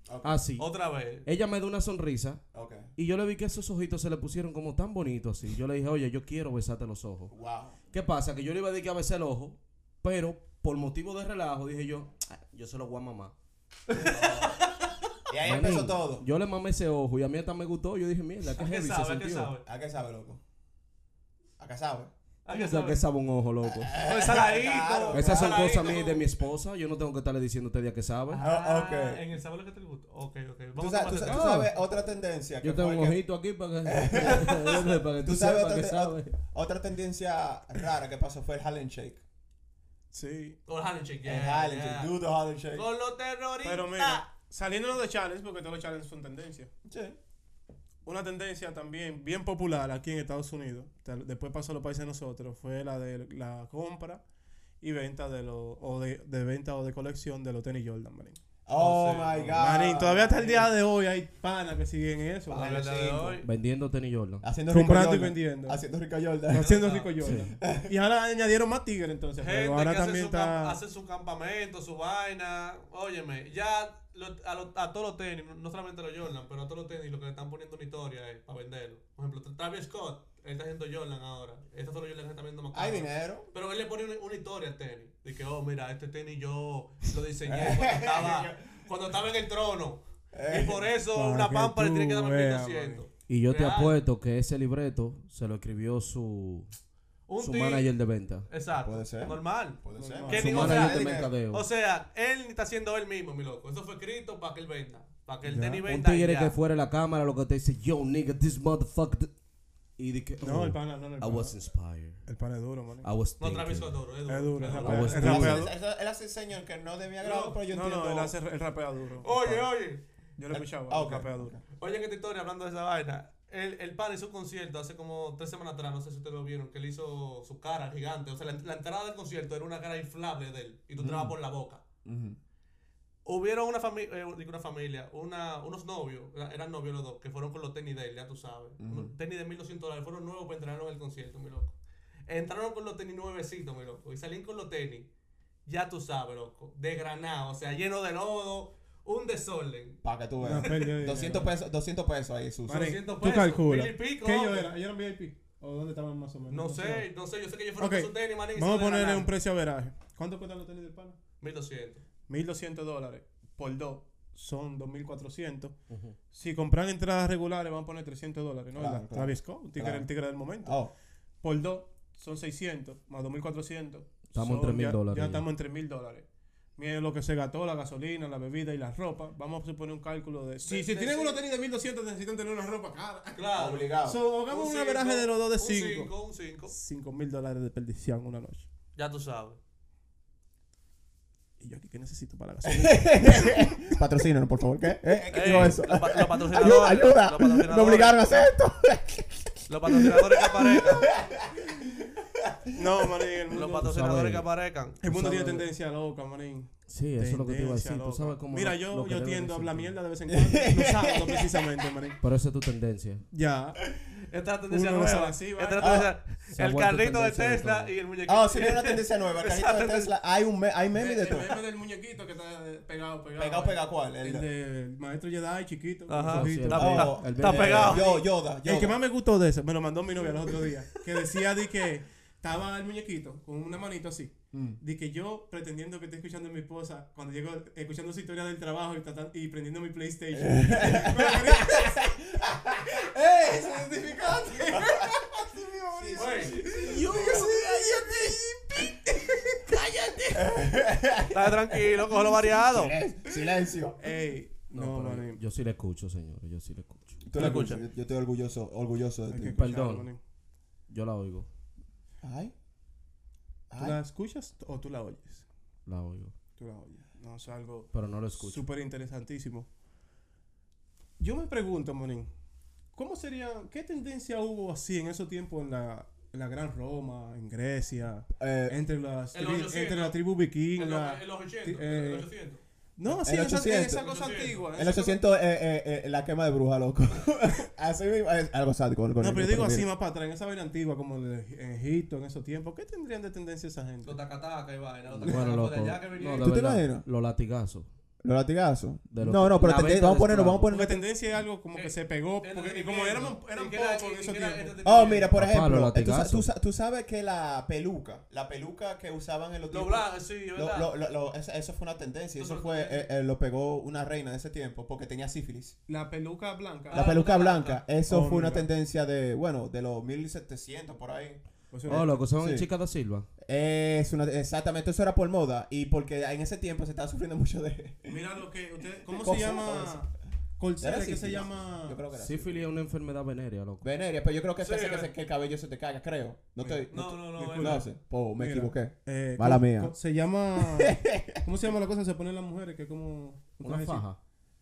ok.
Así.
Otra vez.
Ella me da una sonrisa.
Mm, Ok.
Y yo le vi que esos ojitos se le pusieron como tan bonitos así. Yo le dije, oye, yo quiero besarte los ojos.
Wow.
¿Qué pasa? Que yo le iba a decir que a besar el ojo, pero por motivo de relajo dije yo, "Ah, yo se lo voy a mamar.
Y ahí
Manín,
empezó todo.
Yo le mamé ese ojo y a mí hasta me gustó. Yo dije, mierda, qué
¿A qué
heavy se
sabe? ¿A qué
sintió.
sabe?
¿A qué sabe, loco? ¿A qué sabe?
¿A
O
qué
sea,
sabe? Pues Ah,
que sabe un ojo, loco.
Con saladito.
Claro.
Esas son
Saladito,
cosas mías
tú.
de mi esposa. Yo no tengo que estarle diciendo a usted ya que sabe.
Ah,
Ah,
ok.
En el sabor que te gusta. Ok, ok.
Tú
Vamos
sabes,
a
tú
hacer-
sa- tú sabes otra tendencia. que
Yo tengo
fue
un
que-
ojito aquí para que, para que tú,
Tú sabes
sepas
otra,
que
te-
sabe.
ot- otra tendencia rara que pasó fue el Harlem Shake.
Sí.
Con Harlem Shake.
el
yeah,
Harlem
yeah.
Shake, do the Harlem Shake.
Con los terroristas.
Pero
Ah.
mira, saliéndonos de challenge, porque todos los challenges son tendencias.
Sí.
Una tendencia también bien popular aquí en Estados Unidos, tal- después pasó a los países de nosotros, fue la de la compra y venta de los o de, de venta o de colección de los tenis Jordan, manín.
Oh,
Oh, sí.
my God.
Marín, todavía hasta el día de hoy hay panas que siguen eso.
Pana.
La
¿vale?
verdad de hoy.
Vendiendo tenis Jordan.
Haciendo
Comprando
Rico
y
Jordan.
vendiendo.
Haciendo Rico Jordan.
Haciendo rico Jordan. Y ahora añadieron más tigre entonces.
Gente
Pero ahora
que hace
también
su, cam-
está.
hace su campamento, su vaina. Óyeme, ya lo- a, lo- a todos los tenis, no solamente a los Jordan, pero a todos los tenis lo que le están poniendo una historia es para venderlo. Por ejemplo, Travis Scott, él está haciendo Jordan ahora. Estos son los Jordan que están viendo más
Hay
caros.
dinero.
Pero él le pone una, una historia al tenis. De que, oh, mira, este tenis yo lo diseñé cuando estaba, cuando estaba en el trono. Y por eso
Para
una
que
pampa le tiene que dar
tú
más
veas,
1.200.
Y yo te
Real.
apuesto que ese libreto se lo escribió su,
Un
su
ti-
manager de venta.
Exacto.
Puede ser.
Normal.
Puede ser.
Su
man.
¿Qué
Su
digo? O
manager
sea,
de
dinero.
mercadeo.
O sea, él está haciendo él mismo, mi loco. Eso fue escrito para que él venda. Para que el
Ya.
tenis
Un
venda. y
tigre
ya.
que fuera a la cámara lo que te dice, yo nigga, this motherfucker. Y de que,
No,
oh,
el pana, no, no, el
I
pana.
was inspired.
El pana es duro, man.
I was
No,
thinking.
Travis Scott, duro, es duro.
Es duro,
es
es
duro.
rapea-
was
es
thinking.
rapeado.
Él- Él hace señor que no debía grabar, pero yo
No,
entiendo.
no, él hace el rapeado duro.
Oye, oye.
Yo lo escuchaba,
Ah,
el
ok.
rapea duro.
Oye, que esta historia hablando de esa vaina. El, el pan hizo un concierto hace como tres semanas atrás, no sé si ustedes lo vieron, que él hizo su cara gigante. O sea, la, la entrada del concierto era una cara inflable de él y tú entrabas por la boca.
Ujú.
Hubieron una, fami- eh, digo, una familia, una, unos novios, era- eran novios los dos, que fueron con los tenis de él, ya tú sabes. Unos tenis de 1200 dólares, fueron nuevos para entrar en el concierto, mi loco. Entraron con los tenis nuevecitos, mi loco, y salían con los tenis, ya tú sabes, loco, desgranados, o sea, lleno de lodo, un desorden.
Para que tú
Una
veas.
pérdida de dinero.
200 pesos, 200 pesos ahí, Suso.
Marín,
200
tú
pesos,
calculas.
mil y pico,
¿Qué ellos
hombre.
eran? ¿Ellos eran VIP? ¿O dónde estaban más o menos?
No
sé.
sé, no sé, yo sé que ellos fueron
Ok,
con sus tenis, manín, y
Vamos a
se
ponerle
desgranaron.
un precio a veraje. ¿Cuánto cuestan los tenis del pana?
1200.
1200 dólares por dos son 2400. Si compran entradas regulares, van a poner 300 dólares, ¿no?
Claro,
¿Verdad?
claro.
Travis Scott, un tigre,
Claro.
el tigre del momento.
Oh,
Por dos son 600 más 2400.
Estamos en
son-
3.000
ya-
dólares
Ya
ya.
estamos en 3000 dólares. Miren lo que se gastó, la gasolina, la bebida y la ropa. Vamos a suponer un cálculo de. Si,
De-
si
de-
tienen unos tenis de 1200, necesitan tener una ropa cara.
Claro.
obligado.
So, hagamos un
cinco,
averaje de los dos de
Un
5.
5, un 5.
5 mil dólares de perdición una noche.
Ya tú sabes.
Y yo aquí, ¿qué necesito para la gasolina?
Patrocínanos, por favor. ¿Qué? ¿Eh? ¿Qué
Ey,
digo eso?
Los, pa- los patrocinadores.
Ayuda, ayuda.
Los
Me
patrocinadores,
obligaron a hacer esto.
Los patrocinadores que aparezcan.
no, manín, el
Los
mundo,
patrocinadores
sabes.
que aparezcan.
el mundo tiene
Sábado.
tendencia loca, manín.
Sí, eso es lo que te iba a
Tendencia
decir. Tú
loca.
sabes cómo
Mira,
lo-
yo,
lo que
yo
debe de
tiendo a hablar
sentir.
mierda de vez en cuando. Los sábados, precisamente, manín.
Pero esa es tu tendencia.
Ya.
Esta es la tendencia
Uno no
nueva.
sabe, sí,
Esta
vaya.
es la tendencia-
Se ha
el
vuelto
carrito de
tendencia de
Tesla
todo.
y el muñequito.
Ah, sí, viene una tendencia nueva. El carrito de Tesla. Hay, un me hay meme de todo.
Eh, del muñequito que está eh, pegado, pegado.
Pegado,
eh.
pegado, ¿cuál? El-
El del maestro Jedi, chiquito.
Ajá.
ojito.
Sí, el-
Está-
Oh,
está-
el-
está
el-
pegado.
Yo, Yoda,
El que más
Yoda.
me gustó de ese, me lo mandó mi novia el otro día, que decía de que estaba el muñequito con una manito así.
Mm.
De que yo pretendiendo que esté escuchando a mi esposa, cuando llego escuchando su historia del trabajo y, tratan- y prendiendo mi PlayStation.
¡Ey! ¡Certificate!
Güey,
¡Yo,
está tranquilo, cógelo variado.
Silencio.
Ey, no,
No, pero
manín.
yo sí le escucho, señores. Yo sí le escucho.
Tú
la
la
escuchas?
escuchas. Yo estoy orgulloso, orgulloso
Hay
de
que
ti.
escuchar,
Perdón.
manín.
Yo la oigo.
Ay.
¿Tú
Ay.
la escuchas o tú la oyes?
La oigo.
Tú la oyes. No, es algo
Pero no la escucho.
súper interesantísimo. Yo me pregunto, Monín, ¿cómo sería, qué tendencia hubo así en esos tiempos en la, en la Gran Roma, en Grecia,
Eh,
entre, las
el
tri-
800.
entre la tribu
En
vikinga?
los, en los 80,
ti-
en los
eh,
800.
No, sí,
El
esa,
800.
esa cosa
800.
antigua.
el
esa cosa-
800 eh, eh, eh, la quema de bruja, loco. Así mismo, es algo sádico.
No, pero yo digo así más para atrás, en esa vaina antigua, como de- en Egipto, en esos tiempos, ¿qué tendrían de tendencia esa gente?
Los tacataca y vaina. Los
Bueno,
tacataca
loco.
de allá que
No,
venían.
de
¿Tú te
verdad,
imaginas?
Los latigazos.
Los latigazos.
De lo
no,
que-
no, pero
la
te- te-
venta
vamos a
de
ponerlo, vamos a
esclavos.
Porque
ponerlo.
tendencia es algo
Eh,
como que se pegó,
El
porque, y
rendimiento.
como éramos, eran
¿En qué era-
pocos en
en
esos
qué era
tiempos.
este
Ah,
rendimiento?
Oh, mira, por
Papá,
ejemplo, tú,
los
sa- tú
latigazos.
sa- tú sabes que la peluca, la peluca que usaban en los
Los
tiempos-
blancos, sí,
lo-
¿verdad? Este
lo- lo- lo- esa- eso fue una tendencia,
Eso fue
eso fue,
una tendencia.
eh, eh, lo pegó una reina de ese tiempo porque tenía sífilis.
La peluca blanca.
La peluca blanca, eso
Oh,
fue una
mira.
tendencia de, bueno, de los 1700 por ahí.
O sea,
Oh, loco, son
Sí.
chicas da Silva.
Es una, exactamente, eso era por moda y porque en ese tiempo se estaba sufriendo mucho de...
Mira lo que usted, ¿cómo se
Cosa,
llama? Colcera,
Era
¿qué se
sífilis.
llama?
Yo creo que era
Sífilis es una enfermedad venérea, loco.
Veneria, pero yo creo que es
Sí,
esa que,
eh.
hace que el cabello se te caiga, creo. No estoy...
No, no, no.
Disculpa.
es
No
verdad.
sé. Po, me
Mira.
equivoqué.
Eh,
Mala
co-
mía.
co- Se llama ¿Cómo se llama la cosa que se ponen las mujeres que es como un
Una
traje así?
faja.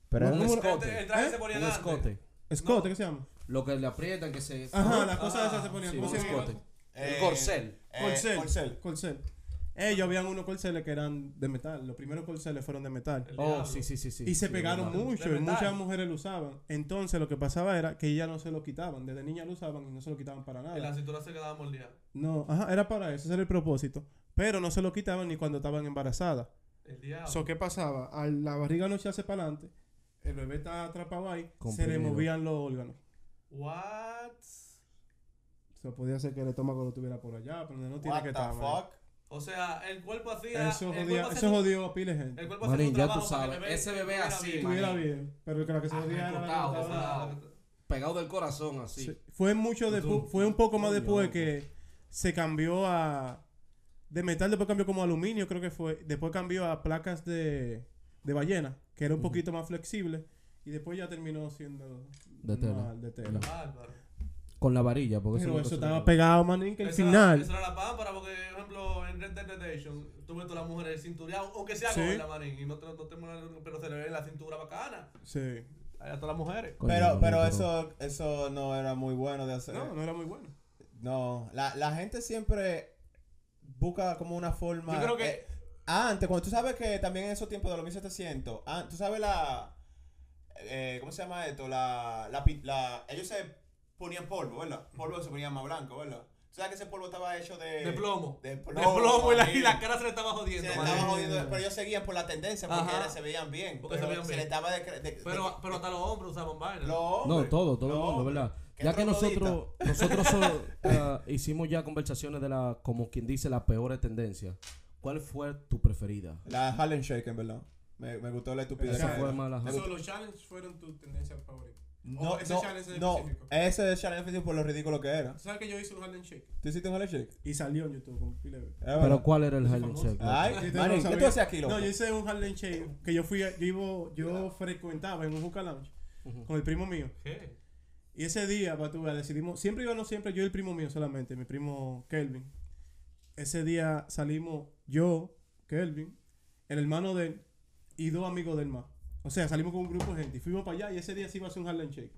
Pero
No,
era-
Un
El-
escote.
El traje
¿Eh?
se ponía
Un
adelante.
escote.
Escote, ¿qué se llama?
Lo que le aprietan, que se.
Ajá, las
ah,
cosas esas se ponían.
sí,
¿Cómo
un
se llama?
escote. El corcel.
eh,
Corcel.
corcel.
Corcel. Ellos habían unos corceles que eran de metal. Los primeros corceles fueron de metal.
El
Oh,
diablo.
sí, sí, sí, sí.
y se
Sí,
pegaron
verdad.
mucho
De
y muchas
metal.
mujeres lo usaban. Entonces lo que pasaba era que ya no se lo quitaban. Desde niña lo usaban y no se lo quitaban para
En la
nada.
cintura se quedaba moldeada.
No, ajá, era para eso, ese era el propósito. Pero no se lo quitaban ni cuando estaban embarazadas.
El diablo.
So, ¿qué pasaba? Al la barriga no echarse para adelante, el bebé está atrapado ahí, se le
Comprimido.
movían los órganos.
What?
Se podía hacer que el estómago lo tuviera por allá, pero no tiene
What
que
the
estar. man.
fuck?
O sea, el cuerpo hacía.
Eso jodía,
el cuerpo
eso
hacía-
jodió a pila de gente.
El cuerpo hacía
Manín,
un
ya tú
trabajo para que
sabes, ese bebé
estuviera
así,
bien.
man.
Estuviera bien, pero que la que se
Ah,
jodía era la que
recortado,
estaba-
esa- Pegado del corazón, así.
Sí. Fue mucho despu- fue un poco más después que se cambió a de metal, después cambió como a aluminio, creo que fue, después cambió a placas de, de ballena, que era un poquito más flexible y después ya terminó siendo
De tela.
normal, de tela.
Bárbaro.
Con la varilla, porque
Pero
nunca
eso
se le
estaba
quitó.
pegado, manín, que el
Esa era-
final.
Esa era la pámpara, porque, por ejemplo, en Red Dead Redemption, tú ves todas las mujeres cintureadas, aunque sea
Sí.
con la manín, y no te, no te mueran, pero se le ve la cintura bacana.
Sí.
Allá todas las mujeres.
Coño,
Pero,
no,
pero
no.
eso, eso no era muy bueno de hacer.
No, no era muy bueno.
No, la, la gente siempre busca como una forma.
Yo creo que-
eh, antes, cuando tú sabes que también en esos tiempos de los 1700, ah, tú sabes la. eh, ¿Cómo se llama esto? La, la, pi- la- Ellos se ponían polvo, ¿verdad? Polvo se ponían más blanco, ¿verdad? Tú sabes que ese polvo estaba hecho de.
De plomo.
eh, De
De
plomo.
plomo, y la, y
manín.
la cara se le estaba
Se le
jodiendo,
estaba
manín.
jodiendo, pero ellos seguían por la tendencia porque
Ajá.
era- se veían bien.
Porque se
pero
veían
se
bien.
le estaba de, de-
Pero, pero hasta los hombres usaban vaina.
los hombres,
No, todo, todo
los
el mundo,
hombres.
¿verdad?
Qué
Ya que nosotros,
troglodita.
nosotros solo, ah, hicimos ya conversaciones de la, como quien dice, las peores tendencias. ¿Cuál fue tu preferida?
La Harlem Shake, en verdad. Me, me gustó la estupidez.
Esa
que
fue
era.
mala. ajá.
Eso,
los challenges fueron tus tendencias favoritas.
No,
O ese
no,
challenge en
no,
específico.
ese challenge en específico por lo ridículo que era.
¿Sabes que yo hice un Harlem Shake?
¿Tú hiciste un Harlem Shake?
Y salió en YouTube con pile de-
Era
Pero
verdad.
¿cuál era el
Esa
Harlem
famosa.
Shake?
Ay,
Sí,
Marín,
no
¿qué tú
sabía.
hacías aquí, loco?
No, yo hice un Harlem Shake que yo fui, a- yo, iba- yo frecuentaba en un hookah lounge con el primo mío.
¿Qué?
Y ese día, para tú veas, decidimos, siempre yo no siempre, yo y el primo mío solamente, mi primo Kelvin. Ese día salimos yo, Kelvin, el hermano de él y dos amigos del más. O sea, salimos con un grupo de gente y fuimos para allá y ese día sí iba a hacer un Harlem Shake.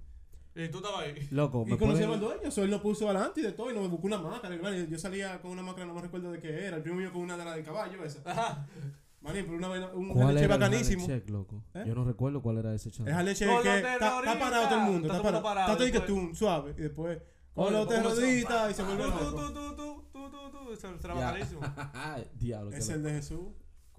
Y tú estabas ahí.
Loco,
Ah,
Pues me
Y
pueden-
conocíamos al dueño, so, él nos puso adelante y de todo, y nos buscó una máscara. y vaina. Yo salía con una máscara, no me recuerdo de qué era. El primo mío con una de la del caballo, esa.
Ajá.
Manín, pero una, vaina- un
¿Cuál era
Harlem Shake
el Harlem
bacanísimo.
Shake, loco?
¿Eh?
Yo no recuerdo cuál era ese
El
challenge.
Harlem Shake
Con los
que está, está
terroristas.
parado todo el mundo.
Está
Está,
todo el mundo
parado. Está todo y que
parado,
tú, suave. Y después, con
Oye,
los
¿cómo son?
terroristas y se
Tú,
vuelve
tú,
loco.
tú, tú, tú, tú, tú, tú. Se se era
Ya.
bacanísimo.
Ay, Diablo, qué
Es el
loco.
de Jesús.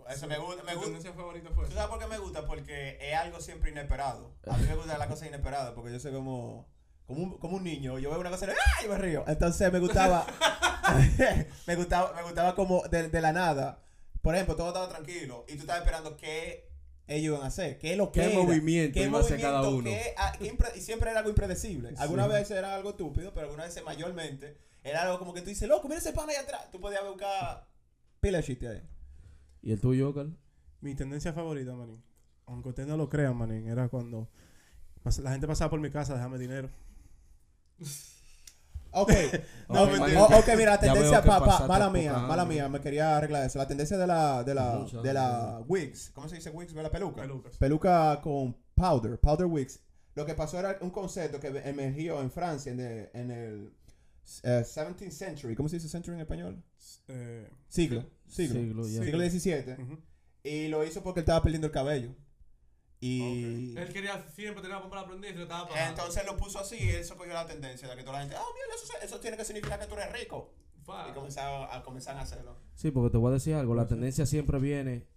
Eso me gusta, me gusta.
favorita fue?
¿Tú sabes por qué me gusta? Porque es algo siempre inesperado. A mí me gustan las cosas inesperadas porque yo soy como... Como un, como un niño, yo veo una cosa y ¡ah! y me río. Entonces me gustaba, me gustaba, me gustaba como de, de la nada. Por ejemplo, todo estaba tranquilo y tú estabas esperando qué ellos iban a hacer, qué lo que
¿Qué
era,
movimiento
qué
iba a hacer cada uno?
movimiento, qué- a- qué impre- y siempre era algo impredecible. Algunas veces era algo estúpido, pero algunas veces mayormente era algo como que tú dices, loco, mira ese pan ahí atrás. Tú podías buscar pila de chiste ahí.
¿Y el tuyo, Carl?
Mi tendencia favorita, manín. Aunque ustedes no lo crean, manín, era cuando pas- la gente pasaba por mi casa, déjame dinero.
Ok.
No,
Ok,
mentira.
Mario,
O- ok, mira,
Ya
la tendencia,
veo que
papá,
pasaste
mala
poca
mía,
hambre.
mala mía, me quería arreglar eso. La tendencia de la, de la,
Mucha
de la wigs, ¿cómo se dice wigs? ¿Ve La peluca.
Pelucas.
Peluca con powder, powder wigs. Lo que pasó era un concepto que emergió en Francia en el, en el eh, 17th century, ¿cómo se dice century en español?
Eh,
Siglo, siglo, siglo,
Siglo, Mm. ya.
XVII.
ujú.
Y lo hizo porque él estaba perdiendo el cabello. Y...
Él quería siempre tener la pompa la prendida y se le estaba pagando.
Entonces lo puso así y eso cogió la tendencia de que toda la gente, ah, mira, eso, eso tiene que significar que tú eres rico.
Fa.
Y comenzaron a, comenzaron a hacerlo.
Sí, porque te voy a decir algo. La tendencia siempre viene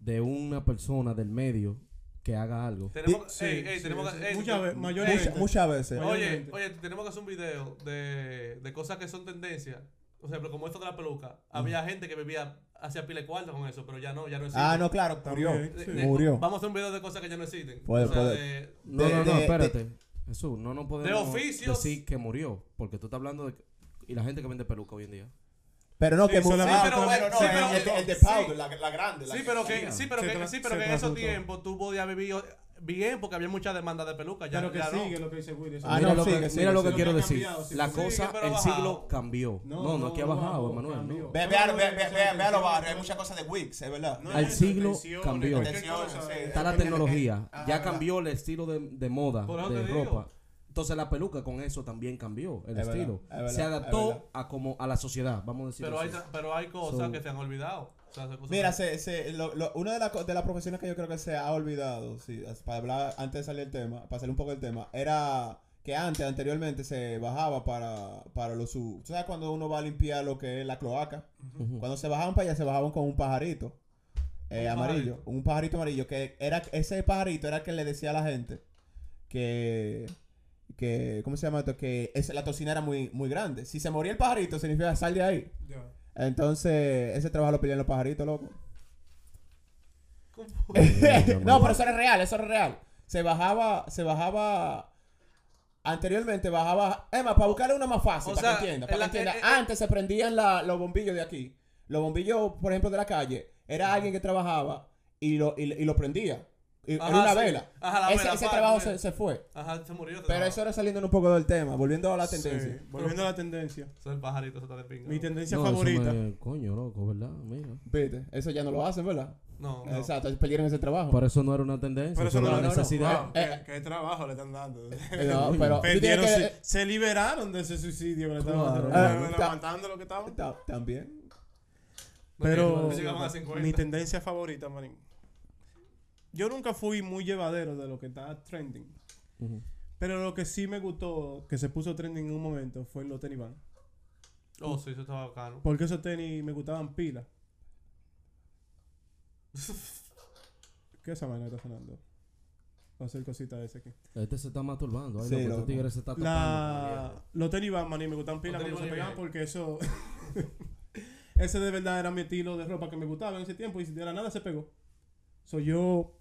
de una persona del medio que haga algo.
Tenemos,
Sí,
ey, ey,
sí,
tenemos
sí.
que. ey,
Muchas veces, mayormente.
Mucha- muchas veces.
Oye,
Oye,
Mayormente.
oye, tenemos que hacer un video de, de cosas que son tendencia. O sea, pero como esto de la peluca, había gente que bebía hacía pile cuarto con eso, pero ya no, ya no existe.
Ah, no, claro, murió.
También.
De-
sí.
de-
Murió.
Vamos a hacer un video de cosas que ya no existen.
Puede,
o sea,
puede.
de-
No,
De-
no, no,
de-
espérate. Jesús, no nos podemos
oficios.
decir que murió. Porque tú estás hablando de... Y la gente que vende peluca hoy en día.
Pero no,
Sí,
que mu-
solamente-
ah,
Sí, pero-
bueno, no,
sí,
el-
pero-
el, el de
sí.
Powder, la, la grande. la
sí, pero que,
hacía.
sí, pero
Se
que,
tra-
sí, pero
se
que en esos
transmutó.
tiempos tú podías vivir bien porque había mucha demanda de peluca. Ya,
Pero que
ya no.
sigue lo que dice Willy. eso
Ah,
no.
mira
no,
lo
sigue,
que,
sigue,
mira lo
sigue.
que quiero
Lo que ha
decir.
cambiado, sí,
la
sigue,
cosa,
pero ha
el
bajado.
siglo cambió. No, no, aquí ha
no
bajado,
bajó,
Emanuel.
cambió.
Ve, ve, a- ve, ve, ve, ve a los barrios, hay muchas cosas de Wix, es verdad.
No
Al
es eso,
siglo
intenciones,
cambió.
cualquier
Intenciones,
cosa.
sí.
Está la
Depende de qué-
tecnología.
Ajá,
Ya
verdad.
cambió el estilo de, de moda,
Por eso
de
te digo.
ropa.
Entonces la peluca con eso también cambió el
Es verdad,
estilo.
es verdad,
se
es verdad.
adaptó a como a la sociedad, vamos a decir
Pero hay,
así.
ta- pero hay cosas
So-
que se han olvidado. O sea, se puso-
Mira, se, se- lo- lo- una de, las co- de las profesiones que yo creo que se ha olvidado, sí, as- para hablar antes de salir el tema, para salir un poco del tema, era que antes, anteriormente, se bajaba para, para los su. ¿Tú sabes cuando uno va a limpiar lo que es la cloaca?
Ujú.
Cuando se bajaban para allá, se bajaban con un pajarito eh,
Un
amarillo.
pajarito.
Un pajarito amarillo. Que era ese pajarito era el que le decía a la gente que. que ¿Cómo se llama esto? Que es- la tocina era muy, muy grande. Si se moría el pajarito, significa sal de ahí.
Ya.
Entonces, ese trabajo lo pillan los pajaritos, loco.
¿Cómo?
Eh. no, pero eso era real, eso era real. Se bajaba, se bajaba. Anteriormente bajaba. Emma, para buscarle una más fácil,
O
para
sea,
que entienda.
en
Para
la-
que entienda.
eh, eh,
Antes se prendían la- los bombillos de aquí. Los bombillos, por ejemplo, de la calle. Era alguien que trabajaba y lo, y, y lo prendía. Y,
Ajá,
era una
sí.
vela.
Ajá, la
ese
vela,
ese
pa,
trabajo
la vela.
se, se fue.
Ajá, se murió.
Pero eso era saliendo un poco del tema, volviendo a la tendencia.
Sí, Volviendo a la tendencia.
Eso es el pajarito, eso está de pinga.
Mi tendencia
No, eso
favorita.
me- coño, loco, ¿verdad? Mira.
Viste, eso ya no lo hacen, ¿verdad?
No, no.
Exacto, perdieron ese trabajo.
Por eso no era una tendencia.
Pero eso
era
no
una
lo
necesidad.
Wow,
Eh,
qué- qué trabajo le están dando.
No, pero. tú tienes
Perdieron,
que-
se, se liberaron de ese suicidio que le estaban
Claro.
estaban
Ah, ta-
aguantando lo que estaban.
Ta- eh, También.
Pero
No llegaban a 50.
mi tendencia favorita, marín. Yo nunca fui muy llevadero de lo que está trending.
Ujú.
Pero lo que sí me gustó, que se puso trending en un momento, fue los tenis van.
Oh, sí, eso estaba bacano.
Porque esos tenis me gustaban pila. ¿Qué esa vaina que está sonando? Va a ser cosita de ese aquí.
Este se está masturbando. Ay,
Sí,
loco,
loco.
este tigre se está tapando.
La... Los tenis van, maní, me gustaban pila
Los tenis
cuando se
Van
pegaban
bien.
porque eso... ese de verdad era mi estilo de ropa que me gustaba en ese tiempo y de la nada se pegó. So yo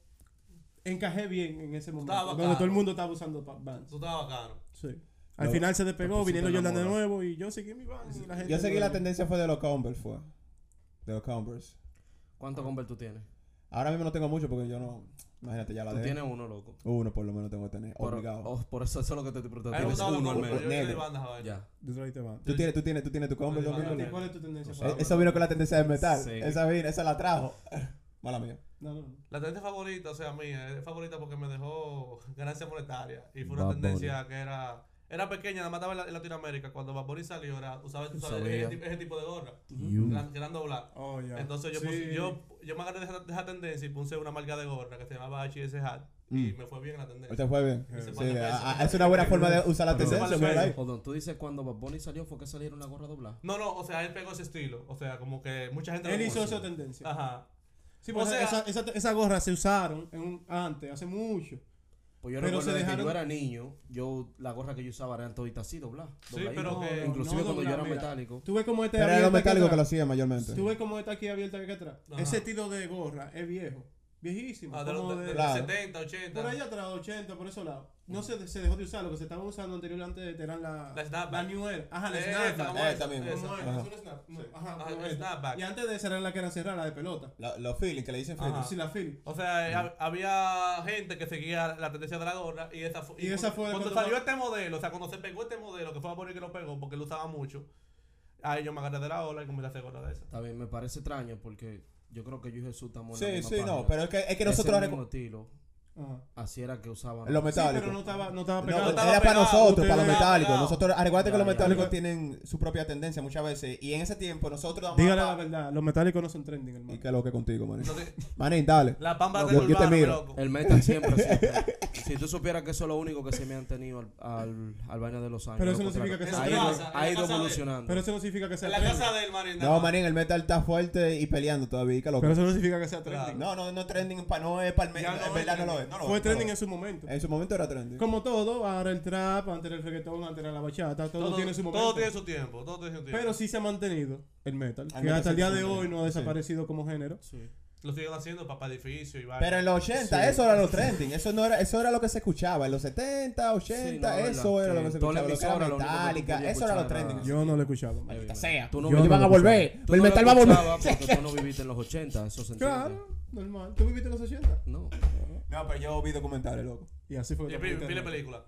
encajé bien en ese momento.
Estaba
Donde
bacano.
todo el mundo estaba usando pa- Vans.
Eso estaba bacano.
Sí. Al
Lo-
final se despegó,
pusiste
vinieron
en la
Jordan de
moda.
nuevo y yo seguí mi Vans. y la gente
Yo sé que la
nueva.
tendencia fue de los Converse, fue. De los Converse.
¿Cuánto Convert tú tienes?
Ahora mismo no tengo mucho porque yo no. Imagínate, ya la
Tú
dejé.
tienes uno, loco.
Uno por lo menos tengo que tener.
Por,
Obligado.
oh, por eso, eso es lo que te estoy
A
preguntando.
mí me
Tienes
gustaban los
uno al
Converse, Yo yo
menos.
soy de
negro.
bandas ahora.
Ya.
Tú trajiste Vans.
¿Tú, tienes, tú, tienes, tú tienes tu Converse
Yo- yo-
domingo?
yo-
¿Cuál es tu tendencia?
O sea,
favorita?
Eh, Eso vino con la tendencia del metal.
Sí.
Esa vino, esa la trajo. Mala mía.
No, no, no.
La tendencia favorita, o sea, mía, es favorita porque me dejó ganancia monetaria. Y fue una
Bad
tendencia que era. Era pequeña, nada más estaba en la- en Latinoamérica. Cuando Bad Bunny salió, era, usaba tú sabes,
Sabía.
ese, tipo- ese tipo de gorra.
You.
gran- gran doblar.
Oh, ya.
Entonces yo,
Sí.
puse- yo, yo me agarré de esa, de esa tendencia y puse una marca de gorra que se llamaba HS Hat. Y
Mm.
me fue bien la tendencia.
¿Te fue bien?
Ese
Sí,
par de
a-
pesos.
a- es una buena forma de usar la
Pero-
tendencia.
Ese par de
mira ahí.
Jodón, tú dices cuando Bad Bunny salió fue que salieron la gorra doblada.
No, no, o sea, él pegó ese estilo. O sea, como que mucha gente. lo
Él hizo
conoció.
esa tendencia.
Ajá.
Sí, pues
Ah, O
esa,
sea-
esa- esa gorra se usaron en un- antes, hace mucho.
Pues yo
Pero
recuerdo
se
desde
dejaron-
que yo era niño, yo la gorra que yo usaba era todita así, doblada.
Sí,
dobladita.
pero que-
Inclusive
no
cuando yo
doblada,
era
mira.
metálico.
Tú ves cómo este
Pero era los
abierto aquí
metálicos que lo
atrás.
hacían mayormente.
Tú ves cómo está aquí abierta aquí atrás.
Ajá.
Ese estilo de gorra es viejo. Viejísimo.
Ah, de
como
los de-
de-
de
Claro.
70, 80.
por ahí atrás, 80, por esos lados. No se, se dejó de usar. Lo que se estaba usando anteriormente eran la,
La snapback.
New Era. Ajá, la
Eh,
snapback.
esa,
Eh, también.
esa.
Como
Ajá.
esa, es una snap- Ajá,
Ajá,
como
el
esa.
snapback.
Y antes de esa era la que era cerrada, la de pelota.
La- Los feelings que le dicen
Ajá.
feelings.
Sí, la Philip.
O sea, eh, hab- había gente que seguía la tendencia de la gorra y esa fue.
Y esa fue
Cuando,
cuando-
salió este modelo, o sea, cuando se pegó este modelo, que fue a poner que lo pegó porque lo usaba mucho, ahí yo me agarré de la ola y comencé a hacer gorra de esa.
Está bien, me parece extraño porque yo creo que yo y Jesús estamos en la
Sí,
misma
sí, no.
página.
Pero es que, es que nosotros.
Ese mismo
recu-
estilo,
Ajá.
así era que usaban.
Los
Sí, pero no
metálicos.
estaba, no estaba
No,
pegado.
estaba
era para
pegado,
nosotros, para los
ustedes-
metálicos.
pegado.
Nosotros, acuérdate que
Ya,
los
ya.
metálicos tienen su propia tendencia muchas veces. Y en ese tiempo nosotros damos
Dígale la
la-
verdad, los metálicos no son trending,
¿Y
hermano.
qué es lo que contigo, manín?
Entonces,
Manín, dale.
la pampa
Yo-
del
yo te
urbano, mi
miro.
loco.
El metal siempre, siempre. Si tú supieras que eso es lo único que se me han tenido al, al, al vaina de los años.
Pero eso
loco,
no significa
claro.
que sea
ha ido,
raza, en la
ha ido
casa de-
evolucionando.
Pero eso no significa que sea
En la
trending.
casa del Marín.
No, manín, el metal está fuerte y peleando todavía. ¿y qué es lo que-
Pero eso no significa que sea trending.
No, no, no es trending, pa- no es para el
Ya
metal.
no
en
es
verdad no lo
trending.
es. no lo
Fue
es,
trending
no.
en su momento.
En su momento era trending.
Como todo, ahora el trap, antes el reggaetón, antes era la bachata, todo,
Todo,
tiene su momento.
todo tiene su tiempo. Todo tiene su tiempo.
Pero sí se ha mantenido el metal,
Al
que
menos
hasta el día de
siempre.
hoy no ha
Sí.
desaparecido como género.
Sí.
Lo siguen haciendo papá edificio y va.
Pero en los 80, eso era lo trending. Eso no era, eso era lo que se escuchaba. En los 70, 80,
Sí, no, es
eso
verdad,
era lo
que
que se
toda la
escuchaba. Lo que era
emisora, lo único que tú
metálica,
podías
eso era lo
escuchar era-
trending.
Yo no lo he escuchado. man.
Maldita sea.
Tú no-
Ellos
yo no
van a
lo
volver.
Tú
El
no lo
metal va a
escuchabas
volver.
Porque tú no viviste en los 80, eso se entiende.
Claro, normal. ¿Tú viviste en los 80?
No.
No, pero yo vi documentales, loco.
Y así fue
Y
que
pi-
te
pile
metiste.
película.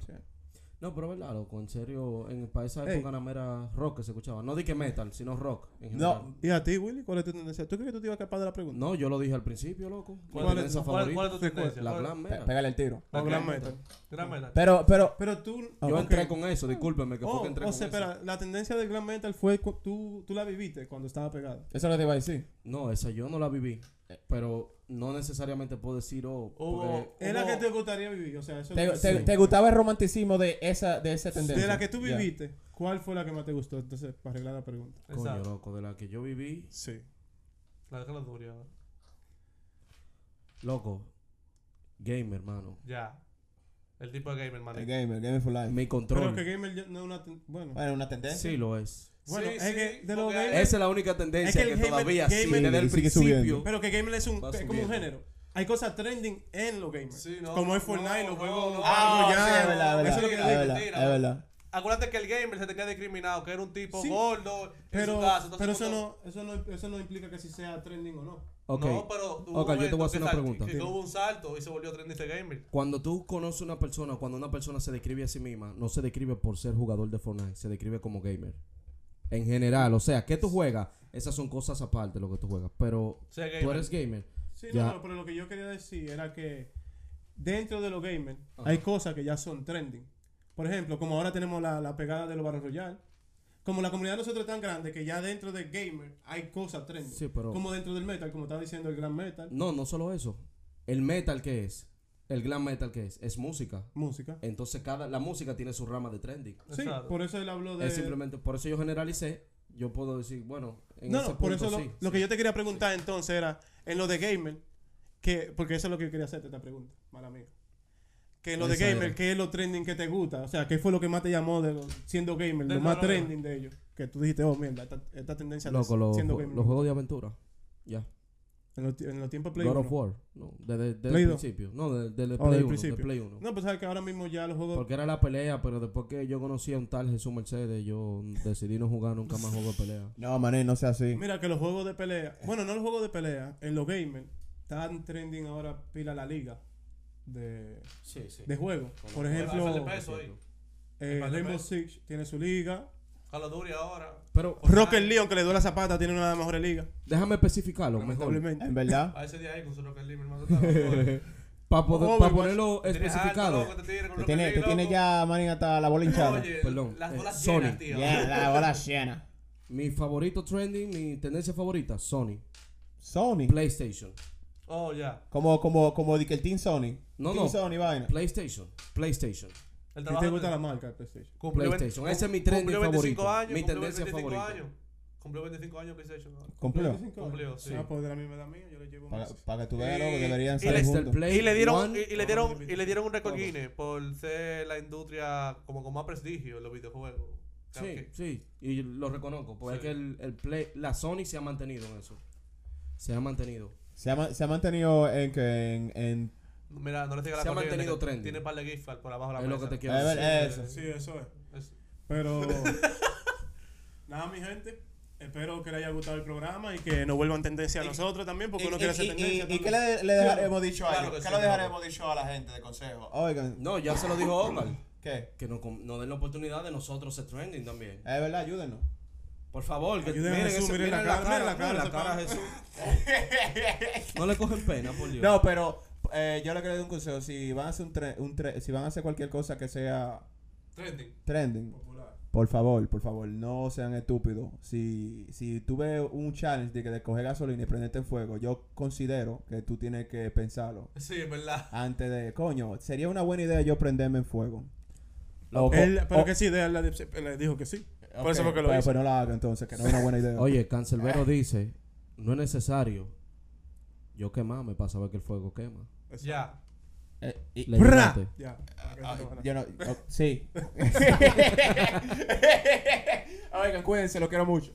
No, pero verdad, loco, en serio, en, para esa
Ey.
época nada más era rock que se escuchaba. No di que metal, sino rock en general.
No,
¿Y a ti, Willy? ¿Cuál es tu tendencia? ¿Tú crees que tú te ibas a escapar de la pregunta?
No, yo lo dije al principio, loco.
¿Cuál
¿Cuál, es tu
es-
tendencia
¿Cuál,
favorita?
cuál es tu
¿De cuál?
tendencia?
La
¿Cuál-
glam
Pe-
metal.
pégale el tiro.
la
O
glam
glam metal.
Gran metal.
Pero, pero,
Pero tú...
Yo
ok.
entré con eso, discúlpeme que fue
Oh,
que entré
o
con
sea,
eso.
espera, la tendencia del glam metal fue... cu- Tú, tú la viviste cuando estaba pegada.
eso es lo que te iba a decir.
No, esa yo no la viví. Pero no necesariamente puedo decir, oh, porque
Hubo-
Es la
hubo-
que te gustaría vivir, o sea, eso...
¿Te,
es-
te- te gustaba el romanticismo de esa, de esa tendencia?
De la que tú
Ya.
viviste, ¿cuál fue la que más te gustó? Entonces, para arreglar la pregunta.
coño,
Exacto.
loco, de la que yo viví,
Sí.
La de Carlos Durio.
loco, game, hermano.
Ya. El tipo de gamer, man.
El gamer, el gamer ¿eh? for life.
Mi
Pero
control.
que gamer ya no es una... ten- Bueno.
Bueno, una tendencia.
Sí lo es.
Bueno,
Sí,
es
sí,
que de los
porque
gamers...
Esa es la única tendencia
Es que
que,
el gamer-
todavía
gamer-
sigue desde el
sigue
principio.
subiendo.
Pero que gamer es, un,
Va
es como
subiendo.
un género. Hay cosas trending en los gamers.
Sí, no,
como es
no,
Fortnite,
no,
los juegos.
no.
los
Ah,
juegos
sí,
ya,
es verdad, es
Eso es lo que
verdad.
yo digo.
Tira,
Es verdad, es
tira.
verdad.
Acuérdate que el gamer se te queda discriminado, que era un tipo
Sí.
gordo en
Pero,
su casa. entonces
pero eso,
cuando-
no, eso, no, eso no implica que si sea trending o no.
Ok.
No, pero hubo un
Ok, yo te voy a
momento
hacer
que
una
sal-
pregunta.
Que, que hubo un salto y se volvió trendista gamer.
Cuando tú conoces una persona, cuando una persona se describe a sí misma, no se describe por ser jugador de Fortnite, se describe como gamer. En general, o sea, ¿qué tú juegas? Esas son cosas aparte lo que tú juegas, pero
O sea, gamer.
tú eres gamer.
Sí,
Ya.
no, no, pero lo que yo quería decir era que dentro de los gamers
Ajá.
hay cosas que ya son trending. Por ejemplo, como ahora tenemos la, la pegada de los Battle Royale. Como la comunidad de nosotros es tan grande que ya dentro de gamer hay cosas trending.
Sí, pero- Mm.
Como dentro del metal, como estaba diciendo el gran metal,
No, no solo eso. El metal que es, el glam metal que es, es música.
música.
Entonces cada la música tiene su rama de trending.
Sí,
Exacto.
por eso él habló de...
Es simplemente por eso yo generalicé, yo puedo decir, bueno, en
no,
ese
no, por
punto
eso lo,
sí,
lo
sí.
que yo te quería preguntar entonces era, en lo de gamer, que, porque eso es lo que yo quería hacerte esta pregunta, mala mía. Que en lo de
Esa
gamer,
era.
¿qué es lo trending que te gusta? O sea, ¿qué fue lo que más te llamó de lo- siendo gamer?
Del
lo más
valor.
trending de ellos. Que tú dijiste, oh, mierda, esta, esta tendencia de
Loco, los
siendo
ju-
gamer.
los juegos de aventura. Ya.
en, los, ti- en los tiempos Play
God
1.
of War. No, desde, desde
Play
el
dos.
principio. No, desde, desde el
Oh,
Play
del
1. desde
principio.
Play 1.
No, pues sabes que ahora mismo ya los juegos...
Porque era la pelea, pero después que yo conocí a un tal Jesús Mercedes, yo decidí no jugar nunca más juego de pelea.
No, mané, no sea así.
Mira que los juegos de pelea... Bueno, no los juegos de pelea, en los gamers están trending ahora pila la liga de,
Sí, sí.
de juegos.
Con
Por
los
ejemplo...
juegos, hacerle peso ahí.
Eh,
Vale,
Rainbow
pues.
Six tiene su liga.
Call of Duty ahora.
Pero
Rocket League, aunque le duele la zapata, tiene una de las mejores ligas.
déjame especificarlo mejor.
Lamentablemente.
En verdad.
A ese día ahí con su Rocket League, mi hermano. tú estás loco.
Para
Overwatch.
ponerlo
pues,
Tienes
especificado.
ah,
alto, loco, te tigre con
Te
Rocket
tiene,
League,
te tiene
loco.
ya, manín, hasta la bola hinchada.
Oye,
Perdón,
las
eh,
bolas
Sony.
llenas, tío.
Yeah, la bola llena.
Mi favorito trending, mi tendencia favorita, Sony.
Sony.
PlayStation.
Oh, ya.
Como, como, como de que el Team Sony.
No,
Team
no.
Sony, vaina.
PlayStation. PlayStation.
Si te
El trabajo
gusta
de-
la marca de PlayStation.
cumplió
PlayStation.
veinte-
Ese es mi
cumplió
trending
25
favorito.
Años,
Mi
cumplió
tendencia
25
favorita.
años. Cumplió 25 años PlayStation. ahora.
Cumplió.
25
Cumplió,
años.
sí.
Ah, pues de la misma edad mía, yo le llevo
Para,
más.
para que tú veas,
Y-
loco, deberían
y
salir
Desde el
juntos.
Play
Y le dieron,
One,
y, y le dieron,
One.
y le dieron un récord
Todo.
Guinness por ser la industria como con más prestigio en los videojuegos.
Sí, sí, y yo lo reconozco, porque
Ah, Sí.
es que el, el play, la Sony se ha mantenido en eso. Se ha mantenido.
Se ha, ma- se ha mantenido en que en, en-
Mira, no le siga la
Se ha
corriente,
mantenido
que
trending.
Tiene par de gift card por abajo de la
Es lo
mesa.
que te quiero
a ver, eh.
decir.
eso.
Sí, eso es.
Es-
Pero. nada, mi gente. Espero que les haya gustado el programa y que nos vuelvan tendencia a nosotros también, porque uno quiere hacer tendencia. también.
le, le dejaremos dicho
Claro que sí,
dicho a la gente de consejo? Oigan,
No, ya se lo dijo Omar.
¿qué?
Que nos, com- nos den la oportunidad de nosotros ser trending también.
Es verdad, ayúdenos.
Por favor, que
Ayuden a
miren,
Jesús,
ese-
miren la cara,
miren la cara,
miren la cara,
de Jesús. no le cogen pena, por Dios.
No, pero eh, yo le quiero dar un consejo. Si van a hacer un tre- un tre- si van a hacer cualquier cosa que sea
Trending.
trending,
Popular.
por favor, por favor, no sean estúpidos. Si, si tú ves un challenge de que de coger gasolina y prenderte en fuego, yo considero que tú tienes que pensarlo.
Sí, es verdad.
Antes de, coño, sería una buena idea yo prenderme en fuego. O co-
Él, pero
o-
que sí, de- él le- él le dijo que sí.
Ok,
por eso fue que lo
pero,
hizo.
pero no la haga entonces, que no es una buena idea.
Oye, Cancelbero dice, no es necesario yo quemarme para saber que el fuego quema.
Eso.
Ya.
Eh, y-
Le
¡Pra!
llegaste.
Ya.
Ay, yo no, oh, sí. Oigan, cuídense, los quiero mucho.